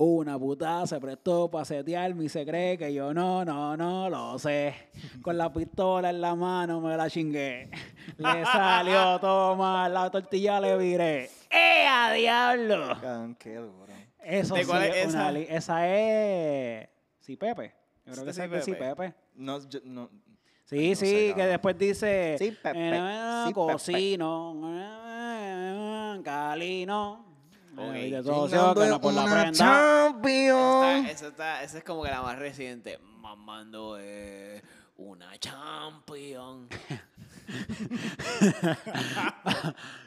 Una puta se prestó para setearme y se cree que yo no, no, no lo sé. Con la pistola en la mano me la chingué. Le salió todo mal, la tortilla le viré. ¡Eh, a diablo! Cabrón, qué duro. Eso ¿De sí cuál es es una esa? li- esa es... Sí, Pepe. Yo creo que Sí, esa es de Sí, Pepe. Pepe. No, yo- no. Sí, sí, No sé, que cabrón. después dice. Sí, Pepe, eh, eh, sí, Pepe. cocino. eh, eh, calino. Ok. eh, y de todo se va Chingando por la una prenda. champion. Esa, esa está- esa es como que la más reciente. Mamando eh, una champion.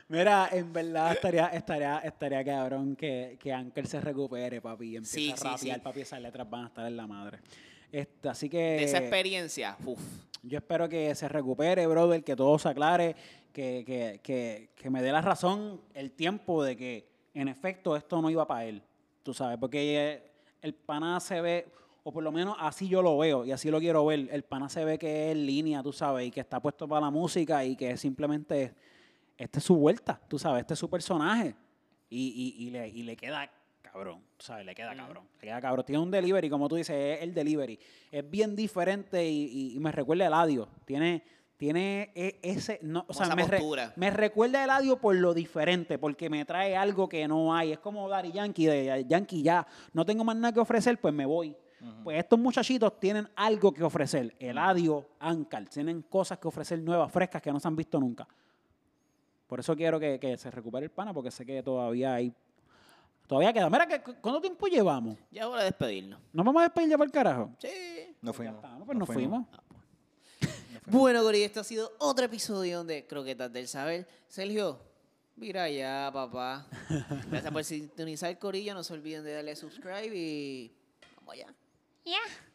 Mira, en verdad estaría, estaría, estaría cabrón que, que Anker se recupere, papi. Y empiece Sí, a sí, rapear, sí. papi. Esas letras van a estar en la madre. Este, así que. De esa experiencia, uff. Yo espero que se recupere, brother, que todo se aclare, que, que, que, que me dé la razón el tiempo de que, en efecto, esto no iba para él. Tú sabes, porque eh, el pana se ve, o por lo menos así yo lo veo y así lo quiero ver. El pana se ve que es línea, tú sabes, y que está puesto para la música y que simplemente es- esta es su vuelta, tú sabes, este es su personaje. Y, y- y le, y le queda cabrón, tú ¿sabes? Le queda cabrón. Le queda cabrón. Tiene un delivery, como tú dices, es el delivery. Es bien diferente y, y- y me recuerda a Eladio. Tiene, tiene e- ese. No, o Como sea, esa me, re- postura. me recuerda a Eladio por lo diferente, porque me trae algo que no hay. Es como Daddy Yankee, de Yankee ya. No tengo más nada que ofrecer, pues me voy. Pues estos muchachitos tienen algo que ofrecer. Eladio, Ancal, tienen cosas que ofrecer nuevas, frescas, que no se han visto nunca. Por eso quiero que, que se recupere el pana, porque sé que todavía hay. Todavía queda. Mira, que, ¿cuánto tiempo llevamos? Ya es hora de despedirnos. ¿Nos vamos a despedir ya para el carajo? Sí. Nos Ya fuimos. está, pues nos fuimos. Bueno, Corillo, este ha sido otro episodio de Croquetas del Saber. Sergio, mira ya, papá. Gracias por sintonizar, Corillo. No se olviden de darle subscribe y vamos allá. Yeah.